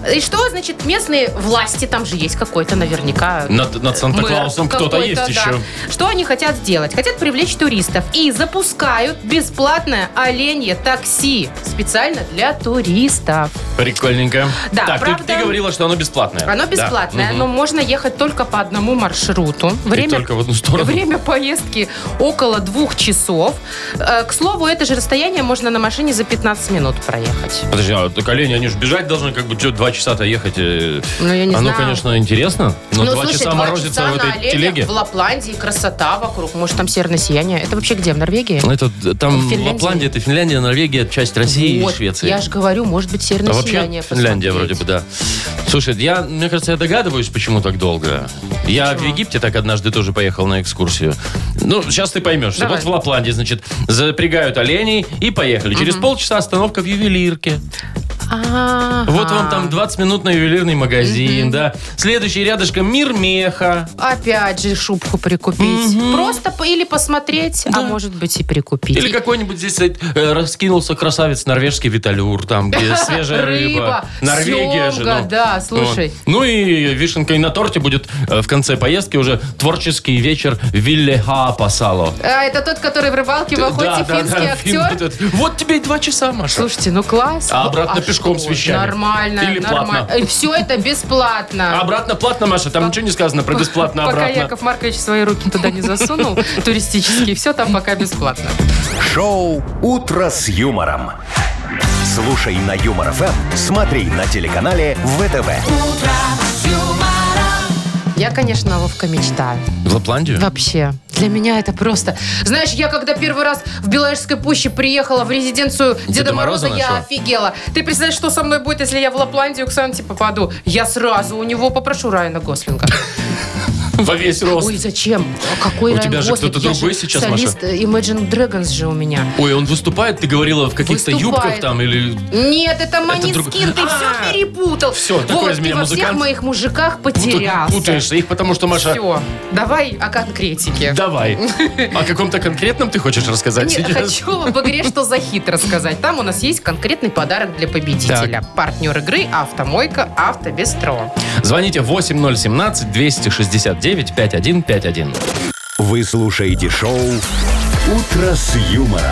да?
да. И что, значит, местные власти, там же есть какой-то наверняка...
Над, над Санта-Клаусом
мэр
кто-то
какой-то,
есть
да.
еще.
Что они хотят сделать? Хотят привлечь туристов и запускают бесплатное оленье такси специально для туристов.
Прикольненько.
Да,
так, ты-
правда.
ты, говорила, что оно бесплатное.
Оно
Да.
бесплатное,
Мгм.
но можно ехать только по одному маршруту. Время,
И только в одну сторону.
время поездки около двух часов. Э, К слову, это же расстояние можно на машине за 15 минут проехать.
Подожди, а так олени, они же бежать должны, как бы, что, два часа-то ехать. э.
Ну, я не
Оно,
знаю.
конечно, интересно, но
Ну,
два
слушай,
часа
два
морозиться
часа
в
на
этой
оленях
телеге.
В Лапландии красота вокруг. Может, там северное сияние. Это вообще где, в Норвегии?
Ну, Это д- там
В Финляндии.
Лапландия, это Финляндия, Норвегия, часть России
Вот,
и Швеции.
Я же говорю, может быть,
а
северное сияние
вообще Финляндия вроде
посмотреть.
бы, да. Слушай, я, мне кажется, я догадываюсь, почему так долго. Я в Египте так однажды тоже поехал на экскурсию. Ну, сейчас ты поймешь. что
Давай.
Вот в Лапландии, значит, запрягают оленей и поехали. Через полчаса остановка в ювелирке.
Ага.
Вот вам там 20 минут на ювелирный магазин, да. Следующий рядышком мир меха.
Опять же шубку прикупить. Просто по- или посмотреть, а может быть и прикупить.
Или какой-нибудь здесь э, раскинулся красавец норвежский виталюр, там, где свежая рыба.
Рыба,
Норвегия же.
семга,
ну.
да, слушай.
Вот. Ну и вишенкой на торте будет э, в конце поездки уже творческий вечер в Вилле Хаапасало.
А, это тот, который в рыбалке в охоте, финский
фин
актер?
вот этот. Вот тебе и два часа, Маша.
Слушайте, ну класс.
А обратно
Ну,
пешком
что?
с вещами.
Нормально,
Или
нормально.
платно.
Все это бесплатно.
А Обратно платно, Маша, там ничего не сказано про бесплатно
Пока
обратно.
Яков Маркович свои руки туда не засунул, туристические, все там пока бесплатно.
Шоу «Утро с юмором». Слушай на Юмор ФМ, смотри на телеканале ВТВ.
Я, конечно, ловко мечтаю.
В Лапландию?
Вообще. Для меня это просто... Знаешь, я когда первый раз в Белорусской пуще приехала в резиденцию Деда,
Деда
Мороза,
Мороза
я
нашла?
офигела. Ты представляешь, что со мной будет, если я в Лапландию к Санте попаду? Я сразу у него попрошу Райана Гослинга.
Во весь рост.
Ой, зачем? А Какой
У
Райан
тебя же
Гослинг?
кто-то
Я
другой
же
сейчас,
солист Imagine Dragons же у меня.
Ой, он выступает, ты говорила, в каких-то
Выступает.
юбках там или...
Нет, это
друг-
Манискин, ты
А!
все перепутал.
Всё,
Вот,
такой из
ты
меня
во
музыкант.
всех моих мужиках
Ну, ты
потерялся.
Путаешься их, потому что, Маша...
Все, давай о конкретике.
Давай. О каком-то конкретном ты хочешь рассказать
Нет,
сейчас?
хочу в игре «Что за хит» рассказать. Там у нас есть конкретный подарок для победителя. Партнер игры «Автомойка Автобестро».
Звоните 8017-269-5151.
Вы слушаете шоу «Утро с юмором»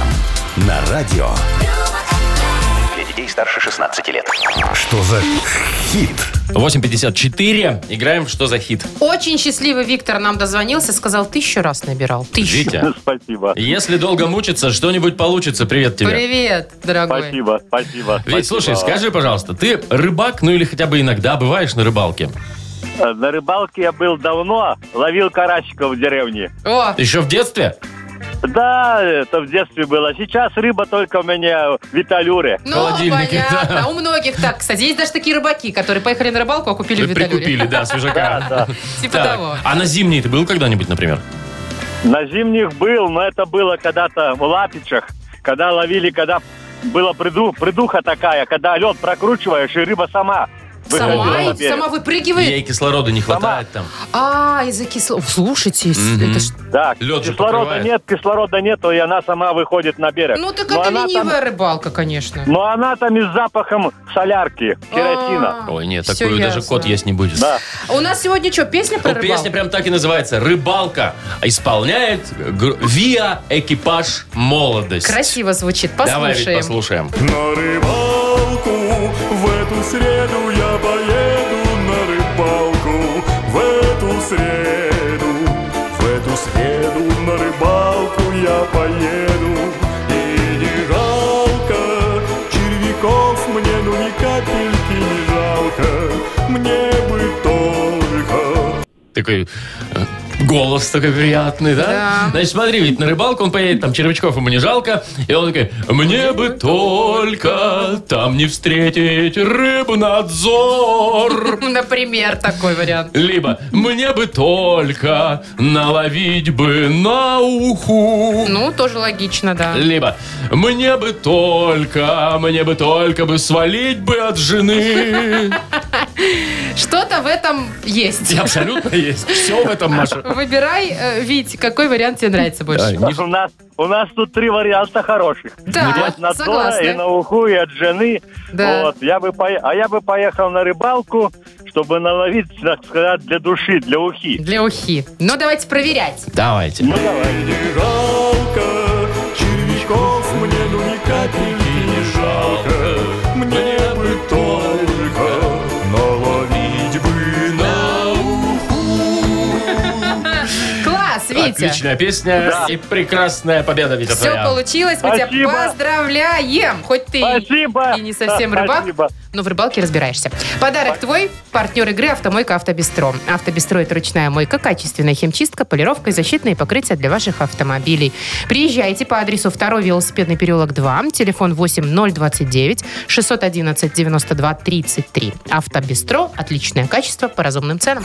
на радио.
Для детей старше 16 лет.
Что за хит?
8.54. Играем в «Что за хит?».
Очень счастливый Виктор нам дозвонился, сказал, тысячу раз набирал. Тысячу.
Витя,
Ну, Спасибо.
если долго мучиться, что-нибудь получится. Привет тебе.
Привет, дорогой.
Спасибо, спасибо.
Ведь,
спасибо.
слушай, скажи, пожалуйста, ты рыбак, ну или хотя бы иногда бываешь на рыбалке?
Э, На рыбалке я был давно, ловил карасиков в деревне.
О,
Еще в детстве?
Да, это в детстве было. Сейчас рыба только у меня в Виталюре.
ну,
холодильнике,
понятно.
да.
У многих так, кстати. Есть даже такие рыбаки, которые поехали на рыбалку, а купили в Виталюре.
Прикупили, да, свежака.
Типа
Так,
того.
А на зимний ты был когда-нибудь, например?
На зимних был, но это было когда-то в Лапичах, когда ловили, когда была приду, придуха такая, когда лед прокручиваешь, и рыба сама выходила
Сама,
на берег.
сама выпрыгивает.
Ей кислорода не хватает там.
А, из-за кисло... Слушайте, с-
Мгм.
это ж...
Да,
Лед же
кислорода
покрывает.
нет, кислорода нету, и она сама выходит на берег.
Ну, так
Но
это
она там- Ну,
ленивая рыбалка, конечно.
Но она там и с запахом солярки, керосина.
А,
Ой, нет,
всё
такую даже
ясно.
кот есть не будет.
Да.
А У нас сегодня что, песня про
Ну, песня
рыбалку?
прям так и называется. Рыбалка исполняет гр- Виа Экипаж Молодость.
Красиво звучит,
Давай ведь послушаем.
послушаем.
На рыбалку в эту среду я поеду на рыбалку в эту среду в эту среду на рыбалку я поеду и не жалко червяков мне ну ни капельки не жалко мне бы только
Такой э, голос такой приятный, да?
Да.
Значит, смотри, ведь на рыбалку он поедет, там червячков ему не жалко, и он такой, мне бы только там не встретить рыбнадзор.
Ну, Например, такой вариант.
Либо мне бы только наловить бы на уху.
Ну, тоже логично, да.
Либо мне бы только, мне бы только бы свалить бы от жены.
Что-то в этом есть.
Абсолютно есть. Все в этом, Маша.
Выбирай, э, Вить, какой вариант тебе нравится
Да,
больше.
не-
У нас, у нас тут три варианта хороших.
Да,
От надзора и
согласна.
на уху, и от жены.
Да.
Вот, я бы пое- А я бы поехал на рыбалку, чтобы наловить, так сказать, для души, для ухи.
Для ухи. Ну, давайте проверять.
Давайте.
Ну, давай.
не жалко червячков мне ну ни капельки не жалко мне бы только наловить бы на
Класс, Витя.
Отличная песня и прекрасная победа, Витя,
Все
твоя.
получилось, мы тебя
Спасибо.
поздравляем. Хоть ты
Спасибо.
и не совсем рыбак,
Спасибо.
но в рыбалке разбираешься. Подарок твой, партнер игры «Автомойка Автобестро». «Автобестро» — это ручная мойка, качественная химчистка, полировка и защитные покрытия для ваших автомобилей. Приезжайте по адресу 2 велосипедный переулок 2, телефон 8029 611 92 33. «Автобестро» — отличное качество по разумным ценам.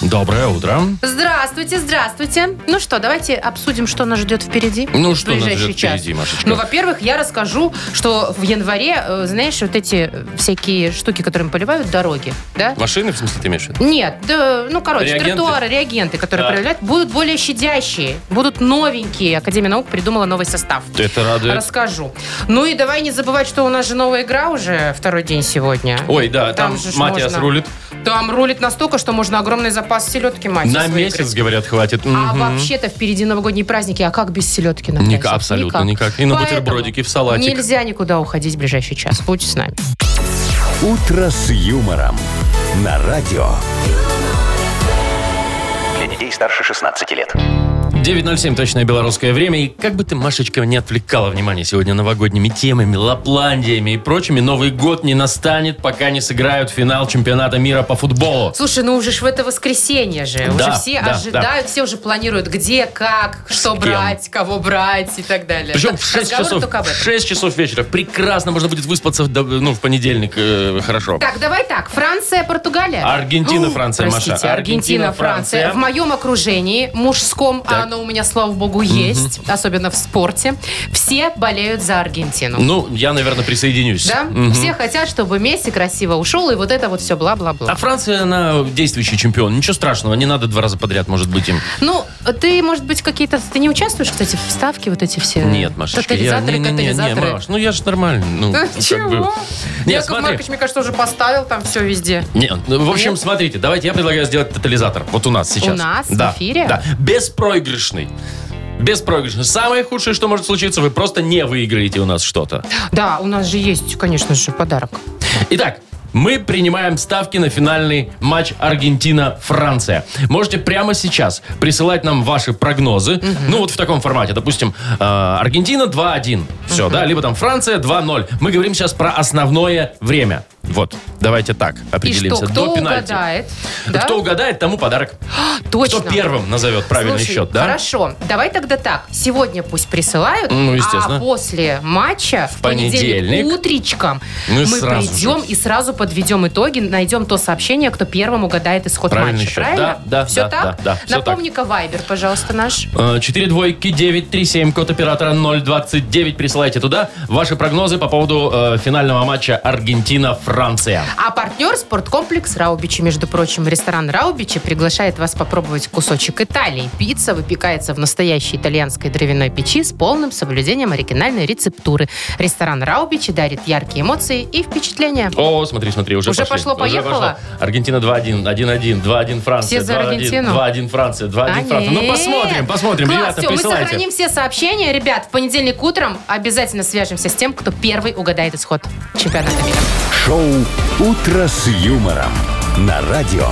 Доброе утро.
Здравствуйте, здравствуйте. Ну что, давайте обсудим, что нас ждет впереди.
Ну,
в
что нас
ближайший
ждет
час.
впереди, Машечка?
Ну, во-первых, я расскажу, что в январе, э, знаешь, вот эти всякие штуки, которыми поливают дороги, да?
Машины, в смысле, ты имеешь в виду?
Нет, да, ну, короче,
Реагенты?
тротуары, реагенты, которые
Да.
проявляют, будут более щадящие, будут новенькие. Академия наук придумала новый состав.
Это радует.
Расскажу. Ну и давай не забывать, что у нас же новая игра уже второй день сегодня.
Ой, да, там,
же ж
Матиас
можно-
рулит.
Там рулит настолько, что можно огромный запас селедки Матиас
На
выиграть.
месяц, говорят, хватит.
А
Мгм.
вообще-то впереди новогодние праздники, а как без селедки на
Никак,
праздник?
абсолютно никак. И на бутербродики, и в салатик.
Нельзя никуда уходить в ближайший час. Будь с нами.
«Утро с юмором» на радио.
Для детей старше 16 лет.
9.07 точное белорусское время. И как бы ты, Машечка, не отвлекала внимание сегодня новогодними темами, Лапландиями и прочими, Новый год не настанет, пока не сыграют финал чемпионата мира по футболу.
Слушай, ну уже ж в это воскресенье же.
Да,
уже все
да,
ожидают, все уже планируют, где, как, что
кем.
брать, кого брать и так далее.
Причем
Да,
в 6
разговоры
часов,
только об
в
этом.
6 часов вечера. Прекрасно можно будет выспаться в, доб- ну, в понедельник. э, хорошо.
Так, давай так. Франция, Португалия.
Аргентина, Франция,
Простите,
Маша.
Аргентина, Франция. В моем окружении, мужском,
Так.
а оно у меня, слава богу, есть, особенно в спорте, все болеют за Аргентину.
Ну, я, наверное, присоединюсь.
Да?
Мгм.
Все хотят, чтобы Месси красиво ушел, и вот это вот все бла-бла-бла.
А Франция, она действующий чемпион. Ничего страшного, не надо два раза подряд, может быть, им.
Ну, ты, может быть, какие-то... Ты не участвуешь, кстати, в ставке вот эти все?
Нет, Машечка, я...
Э, Тотализаторы,
не, не, не,
катализаторы.
Маш, ну я же нормально. Ну,
Да
как бы.
чего?
Нет,
Яков
смотри.
Маркович, мне кажется, уже поставил там все везде.
Не, ну, в общем,
Нет?
смотрите, давайте я предлагаю сделать тотализатор. Вот у нас сейчас.
У нас? В
да,
эфире?
Да. Беспроигрышный. Беспроигрышный. Самое худшее, что может случиться, вы просто не выиграете у нас что-то.
Да, у нас же есть, конечно же, подарок.
Итак, мы принимаем ставки на финальный матч Аргентина-Франция. Можете прямо сейчас присылать нам ваши прогнозы. Ну, вот в таком формате. Допустим, э, Аргентина 2-1. Все, да? Либо там Франция 2-0. Мы говорим сейчас про основное время. Вот, давайте так
И что,
определимся.
кто
До пенальти.
угадает? да?
Кто угадает, тому подарок.
Точно.
Кто первым назовет правильный
Слушай,
счет, да?
Хорошо. Давай тогда так. Сегодня пусть присылают,
Ну, естественно.
а после матча в
понедельник.
понедельник, утречком
Ну и
мы
сразу же.
придем и сразу подведем итоги, найдем то сообщение, кто первым угадает исход
Правильный
матча.
счет.
Правильно?
Да, да,
Все
да,
так?
да, да, всё так.
Напомни-ка Вайбер, пожалуйста, наш.
Э, 4 двойки 937, код оператора 029. Присылайте туда ваши прогнозы по поводу э, финального матча Аргентина-Франция.
А партнер спорткомплекс Раубичи, между прочим, ресторан Раубичи приглашает вас попробовать кусочек Италии. Пицца выпекается в настоящей итальянской дровяной печи с полным соблюдением оригинальной рецептуры. Ресторан Раубичи дарит яркие эмоции и впечатления.
О, смотри, смотри, уже,
Уже
пошли.
пошло-поехало?
пошло. Аргентина 2-1, 1-1, 2-1 Франция,
Все за
2-1,
Аргентину?
2-1 Франция, 2-1
Да
Франция. Ну
нет.
посмотрим, посмотрим.
Класс,
Ребята,
все, мы
присылайте.
сохраним все сообщения. Ребят, в понедельник утром обязательно свяжемся с тем, кто первый угадает исход чемпионата мира.
Шоу «Утро с юмором» на радио.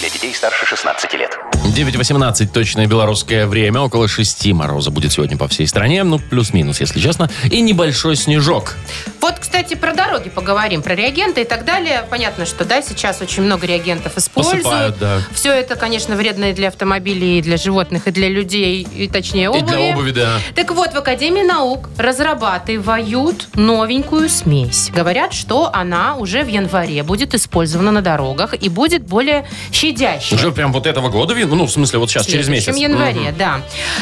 Для детей старше 16 лет.
9.18, точное белорусское время. Около 6 мороза будет сегодня по всей стране. Ну, плюс-минус, если честно. И небольшой снежок.
Вот, кстати, про дороги поговорим, про реагенты и так далее. Понятно, что да, сейчас очень много реагентов используют.
Посыпают, да.
Все это, конечно, вредно и для автомобилей, и для животных, и для людей, и точнее обуви.
И для обуви, да.
Так вот, в Академии наук разрабатывают новенькую смесь. Говорят, что она уже в январе будет использована на дорогах и будет более щадящей.
Уже прям вот этого года, вин- ну, в смысле, вот сейчас, через месяц.
В следующем январе, да.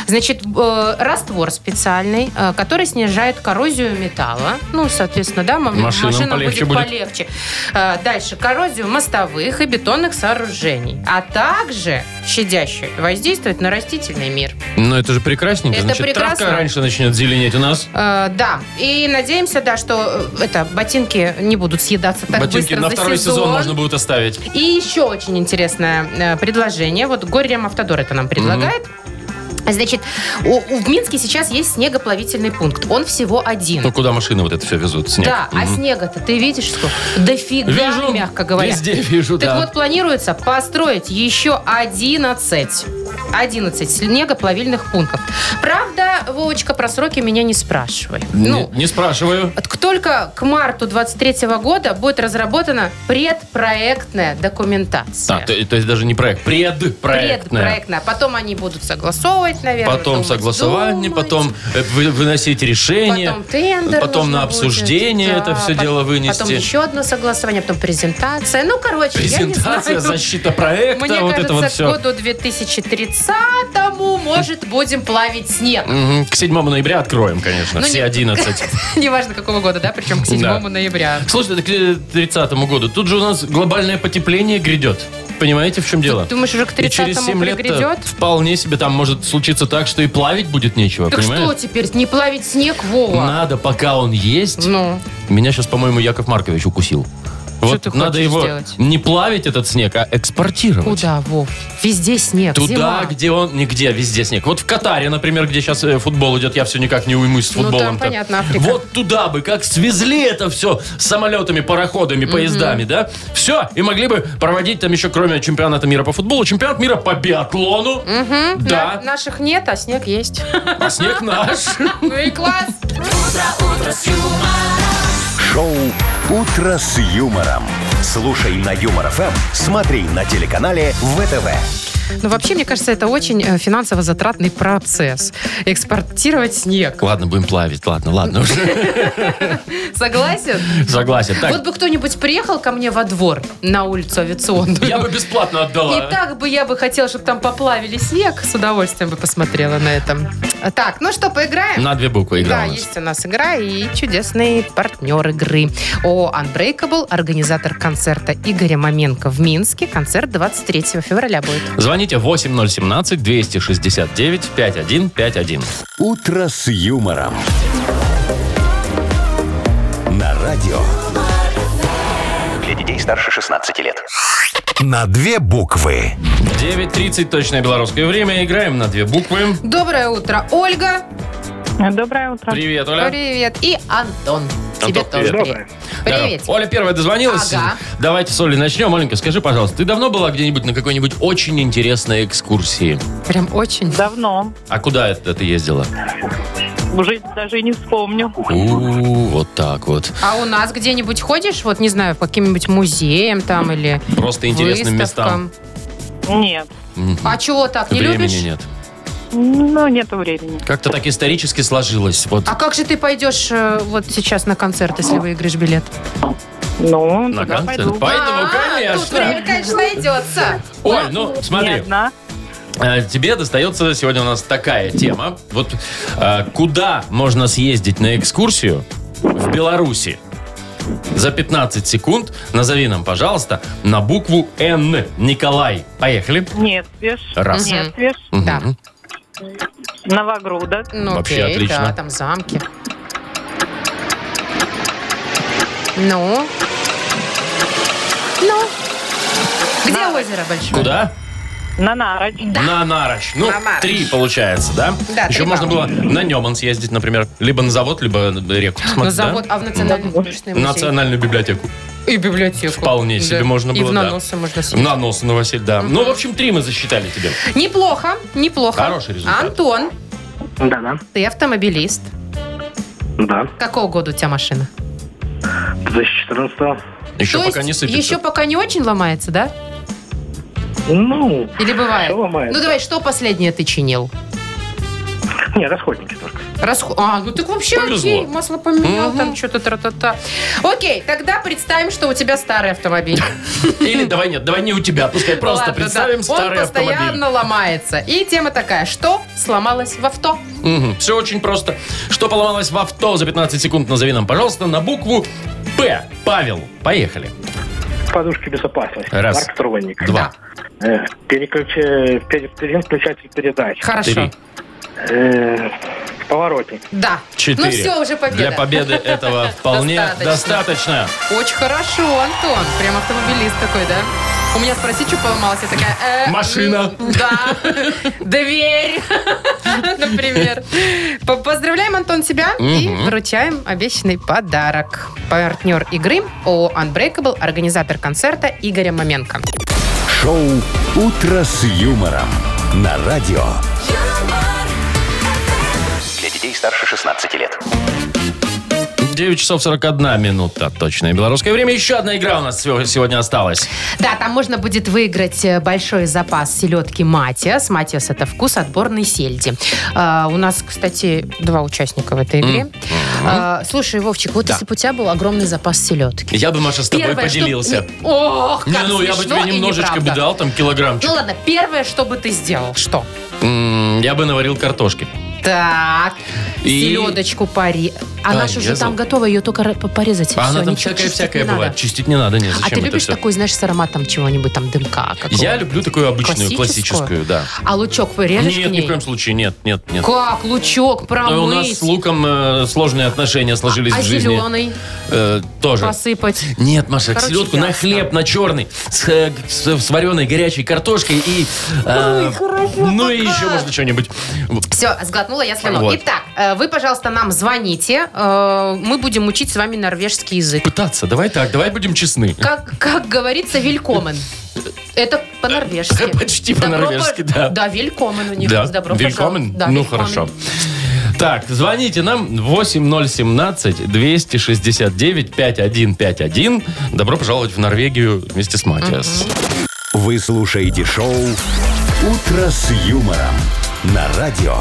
Значит, э, раствор специальный, э, который снижает коррозию металла. Ну, соответственно, да, м-
Машинам полегче
будет,
будет.
полегче. Э, Дальше, коррозию мостовых и бетонных сооружений. А также щадяще воздействует на растительный мир.
Мгм. Ну, это же прекрасненько.
Это
Значит,
прекрасно.
травка раньше начнет зеленеть у нас.
Э, да, и надеемся, да, что э, это ботинки не будут съедаться так
Ботинки
быстро
на
за
второй сезон.
сезон
можно будет оставить.
И еще очень интересное э, предложение. Вот Горем Автодор это нам предлагает. Значит, у, у- в Минске сейчас есть снегоплавительный пункт. Он всего один.
Ну, куда машины вот это все везут? Снег.
Да, а
Мгм.
снега-то ты видишь, что дофига,
Вижу,
мягко говоря.
везде вижу,
так
да.
вот, планируется построить еще 11, 11 снегоплавильных пунктов. Правда, Вовочка, про сроки меня не спрашивай.
Не-
Ну,
не спрашиваю.
вот Только к марту 23 года будет разработана предпроектная документация.
А, то, то есть даже не проект, предпроектная.
Предпроектная. Потом они будут согласовывать, наверное.
Потом
думать,
согласование,
думать.
потом э, вы- выносить решение.
Потом тендер.
потом
нужно
на обсуждение
будет,
это
да,
все
пот-
дело вынести.
Потом еще одно согласование, потом презентация. Ну, короче, я
Презентация,
не знаю.
защита проекта,
Мне
вот это
кажется,
вот
к
все.
году 2030 может, будем плавить снег.
К 7 ноября откроем, конечно,
Ну,
все
не-
11.
Неважно, какого года, да, причем к 7
Да.
ноября.
Слушай, это к э, 30 году. Тут же у нас глобальное потепление грядет. Понимаете, в чем дело?
Думаешь, уже к
И через
30-му
7 лет э,
пригрядет?
вполне себе там может случиться так, что и плавить будет нечего,
Так что
понимаешь?
теперь, не плавить снег, Вова?
Надо, пока он есть.
Ну,
Меня сейчас, по-моему, Яков Маркович укусил.
Что
Вот
ты
надо
хочешь
его
сделать?
не плавить, этот снег, а экспортировать.
Куда, Вов? Везде снег,
Туда,
зима.
где он, нигде, везде снег. Вот в Катаре, например, где сейчас футбол идет, я все никак не уймусь с
Ну, там,
футболом.
понятно, Африка.
Вот туда бы, как свезли это все самолетами, пароходами, поездами, да? Все, и могли бы проводить там еще, кроме чемпионата мира по футболу, чемпионат мира по биатлону.
Мгм.
Да.
На- наших нет, а снег есть.
А снег наш.
Ну и класс.
Шоу «Утро с юмором». Слушай на Юмор ФМ, смотри на телеканале ВТВ.
Ну, вообще, мне кажется, это очень э, финансово затратный процесс. Экспортировать снег.
Ладно, будем плавить, ладно, ладно уже.
Согласен?
Согласен.
Вот
Так,
бы кто-нибудь приехал ко мне во двор на улицу авиационную.
я бы бесплатно
И
отдала.
так бы я бы хотела, чтобы там поплавили снег. С удовольствием бы посмотрела на это. Так, ну что, поиграем?
На две буквы игра
Да,
у нас.
есть у нас игра и чудесный партнер игры. О, Unbreakable, организатор концерта Игоря Маменко в Минске. Концерт 23 февраля будет.
Звоните 8017-269-5151.
«Утро с юмором». На радио.
Для детей старше 16 лет.
На две буквы.
9.30, точное белорусское время. Играем на две буквы.
Доброе утро, Ольга.
Доброе утро.
Привет, Оля.
Привет. И Антон. Тебе
Антон,
тоже
привет.
привет.
Да.
Привет.
Оля первая дозвонилась.
Ага.
Давайте с Олей начнем. Оленька, скажи, пожалуйста, ты давно была где-нибудь на какой-нибудь очень интересной экскурсии?
Прям очень.
Давно.
А куда это ты ездила?
Уже даже и не вспомню.
У, вот так вот.
А у нас где-нибудь ходишь, вот, не знаю, по каким-нибудь музеям там или
Просто интересным местам.
выставкам?
Нет.
Мгм.
А чего так, не
Времени
любишь?
нет.
Ну, нету времени.
Как-то так исторически сложилось. Вот
А как же ты пойдешь э, вот сейчас на концерт, если выиграешь билет?
Ну,
на
тогда
концерт.
пойду.
Поэтому,
А, Тут время,
конечно.
конечно, идется.
Оль, ну
Не
смотри,
одна.
э, тебе достается сегодня у нас такая тема. Вот э, куда можно съездить на экскурсию в Беларуси? За 15 секунд назови нам, пожалуйста, на букву Н. Николай. Поехали.
Нет, свеж.
Раз.
Нет, свеж.
Мгм.
Да.
Новогрудок.
Ну,
Вообще
окей,
отлично.
да, там замки. Ну? Ну? Где озеро большое?
Куда?
Нанарочь.
На Нарочь. Ну,
На Нарочь.
три получается, да?
Да,
Еще
три
можно было на Неман съездить, например. Либо на завод, либо на реку.
На
посмотреть, да?
завод, а в Национальный художественный музей.
Национальную библиотеку.
И библиотеку.
Вполне себе можно
И
было,
в
да.
наносы можно съесть.
На нос, на Василь, да. Ну, в общем, три мы засчитали тебе.
Неплохо, неплохо.
Хороший результат.
Антон,
Да-да.
ты автомобилист.
Да.
Какого года у тебя машина?
2014
Еще
То
пока
есть
не сыпется.
Еще пока не очень ломается, да?
Ну,
Или бывает?
Всё ломается.
Ну давай, что последнее ты чинил?
не, расходники только.
Расход... А, ну так вообще
Повезло.
окей, масло поменял,
Мгм.
там что-то тра-та-та. Окей, тогда представим, что у тебя старый автомобиль.
Или давай нет, давай не у тебя, пускай просто
Ладно, да.
представим старый
Он
автомобиль.
постоянно ломается. И тема такая, что сломалось в авто?
Все очень просто. Что поломалось в авто за 15 секунд, назови нам, пожалуйста, на букву П. Павел, поехали.
Подушки безопасности.
Раз.
Парктроник.
Два,
Э, переключи- пере- переключатель передач.
Хорошо.
Три.
Э, поворотник.
Да.
четыре.
Ну все, уже победа.
Для победы этого вполне
Достаточно.
достаточно.
Очень хорошо, Антон. Прям автомобилист такой, да? У меня спроси, что поломалось. Я такая... э,
Машина.
м, Да. Дверь. Например. По- Поздравляем, Антон, тебя и вручаем обещанный подарок. Партнер игры ООО Unbreakable, организатор концерта Игоря Маменко.
Шоу «Утро с юмором». На радио.
Для детей старше 16 лет.
9 часов 41 минута, точное белорусское время. Еще одна игра у нас сего- сегодня осталась.
Да, там можно будет выиграть э, большой запас селедки Матиас. Матиас – это вкус отборной сельди. А, у нас, кстати, два участника в этой игре. А, слушай, Вовчик, вот если бы у тебя был огромный запас селедки.
Я бы, Маша, с тобой
Первое, что-
поделился.
Не- Ох, как
Не, ну я бы
смешно
тебе
и
немножечко бы
неправда.
дал, там килограммчик.
Ну ладно, первое, что бы ты сделал, что?
М, Я бы наварил картошки.
Так,
И-
селедочку пари... А наша
Порезал.
уже там готова, ее только ра- по- порезать. и
А
всё,
она там
ничего чистить не
всякая-всякая
надо.
бывает. Чистить не надо, нет,
А ты
зачем это
любишь
все.
такой, знаешь, с ароматом чего-нибудь, там, дымка какого?
Я люблю такую обычную, классическую,
Классическую?
да.
А лучок порежешь
Нет,
к
ни
ней?
в коем случае, нет, нет, нет.
Как лучок
Да,
промыть?
у нас с луком э, сложные отношения сложились
а
в жизни.
зеленый
Э, тоже.
посыпать?
Нет, Маша,
Короче,
селедку на
ясно.
хлеб, на черный, с, э, с- с вареной горячей картошкой и... э, ну и еще, может, что-нибудь.
Все, сглотнула я слюну.
Вот.
Итак, э, вы, пожалуйста, нам звоните. Э, Мы будем учить с вами норвежский язык.
Пытаться, давай так, давай будем честны.
Как, как говорится, велькомен. Это по-норвежски.
Почти
Добро
по-норвежски,
по-
да.
Да, велькомен у них. Добро
Willkommen?
пожаловать. Да,
ну,
«Велькомен».
хорошо. Так, звоните нам 8017-269-5151. Добро пожаловать в Норвегию вместе с Матиас.
Вы слушаете шоу «Утро с юмором» на радио.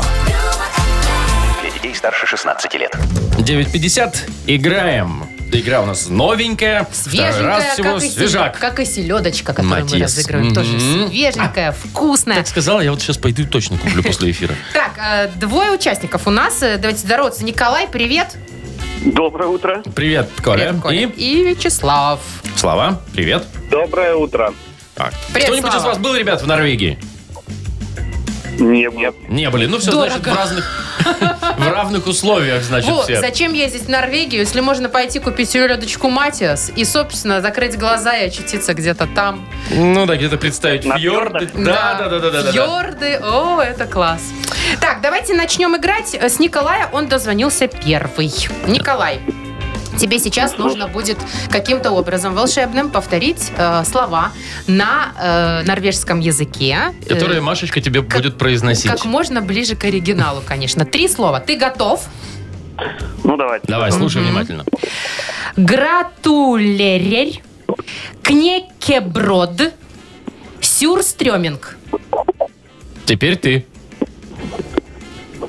Для детей старше 16 лет.
9.50. Играем. Игра у нас новенькая. Второй
Свеженькая,
раз всего.
как, и
Свежак.
селедка, как и селедочка, которую мы
Матис.
разыгрываем. Тоже
Мгм. А.
свеженькая, вкусная.
Так сказала, я вот сейчас пойду и точно куплю после эфира.
Так, э, двое участников у нас. Э, Давайте здороваться. Николай, привет.
Доброе утро.
Привет, Коля.
Привет, Коля.
И
И Вячеслав.
Слава, привет.
Доброе утро.
Так.
Привет,
Кто-нибудь
Слава.
из вас был, ребят, в Норвегии?
Не было.
Не были. Ну все, значит, в
Дорого.
разных... В равных условиях, значит,
Вот,
все.
зачем ездить в Норвегию, если можно пойти купить селедочку Матиас и, собственно, закрыть глаза и очутиться где-то там.
Ну да, где-то представить
На
фьорды.
фьордах?
Да, да, да, да, да, да.
Фьорды, о, это класс. Так, давайте начнем играть с Николая. Он дозвонился первый. Николай, тебе сейчас нужно будет каким-то образом волшебным повторить э, слова на э, норвежском языке. э,
Которые Машечка тебе
как-
будет произносить.
Как можно ближе к оригиналу, конечно. Три слова. Ты готов?
Ну, давайте.
Давай, слушай внимательно.
Гратулерер, кнекеброд, сюрстрёминг.
Теперь ты.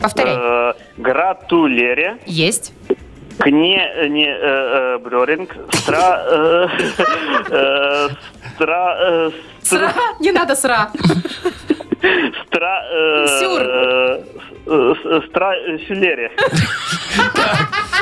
Повторяй.
Э, Гратулере,
Есть.
кне, не, э, э, брёринг, стра, э, э, стра, э,
Сра. Не надо сра.
стра, э,
Сюр.
э, э, стра, э, сюлере.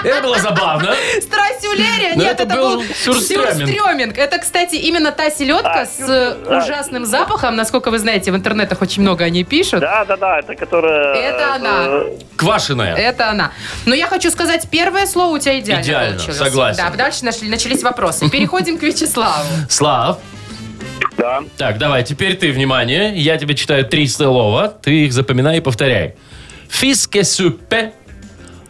Это было забавно.
Страсюлерия?
Ну,
Нет,
это
это,
был
был
сюрстрёминг.
сюрстрёминг. Это, кстати, именно та селедка
А,
с
сюрстрёминг,
э,
да.
ужасным запахом. Насколько вы знаете, в интернетах очень много они пишут.
Да, да, да, это которая...
Это
э,
она.
Квашеная.
Это она. Но я хочу сказать, первое слово у тебя идеально,
Идеально,
получилось.
согласен.
Да, дальше нашли- начались вопросы. Переходим к Вячеславу.
Слав.
Да.
Так, давай, теперь ты, внимание. Я тебе читаю три слова. Ты их запоминай и повторяй. Фискесупе,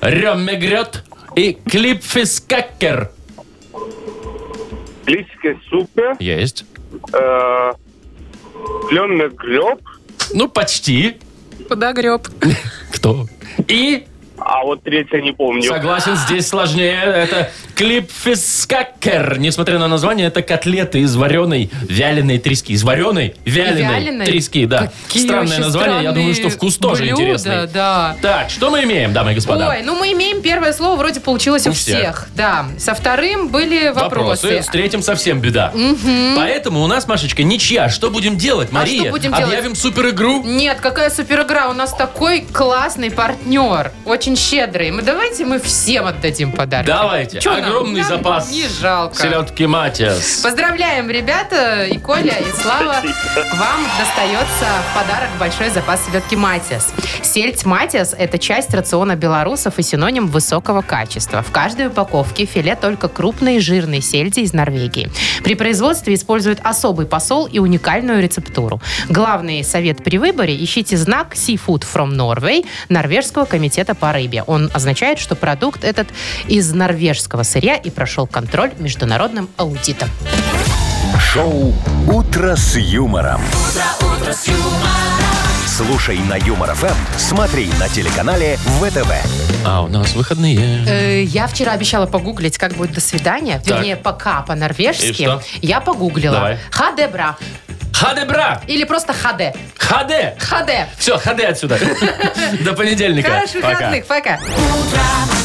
рёммегрёт и клипфискакер.
Близкая супе,
Есть.
э, пленный греб,
Ну, почти.
Куда греб?
Кто? И,
а вот третья не помню.
согласен, здесь сложнее. Это клипфискакер. Несмотря на название, это котлеты из вареной вяленой трески. Из вареной вяленой
Вяленой?
трески, да.
Какие
Странное
вообще
название. Я думаю, что
странные
вкус тоже
блюда,
интересный.
да.
Так, что мы имеем, дамы и господа?
Ой, ну мы имеем первое слово, вроде получилось у,
У всех.
всех. Да. Со вторым были вопросы.
С третьим совсем беда. Поэтому у нас, Машечка, ничья. Что будем делать, Мария?
А что будем делать?
Объявим супер игру?
Нет, какая супер игра. У нас такой классный партнер. Очень щедрый. Мы давайте мы всем отдадим подарок.
Давайте.
Чё нам?
Огромный
Нам
запас.
Не жалко.
Селедки Матиас.
Поздравляем, ребята, и Коля, и Слава. Вам достается в подарок большой запас селедки Матиас. Сельдь Матиас – это часть рациона белорусов и синоним высокого качества. В каждой упаковке филе только крупной и жирной сельди из Норвегии. При производстве используют особый посол и уникальную рецептуру. Главный совет при выборе – ищите знак Seafood from Norway Норвежского комитета по рыбе. Он означает, что продукт этот из норвежского сырья и прошел контроль международным аудитом.
Шоу «Утро с юмором». Слушай на Юмор ФМ, смотри на телеканале ВТВ.
А у нас выходные.
Э, Я вчера обещала погуглить, как будет до свидания.
Так.
Вернее, пока
И
по-норвежски.
что?
Я погуглила.
Давай.
Хадебра.
Хаде, брат!
Или просто хаде.
Хаде!
Хаде.
Все, ходи отсюда. До понедельника.
Хороших
Пока.
выходных. Пока.
утро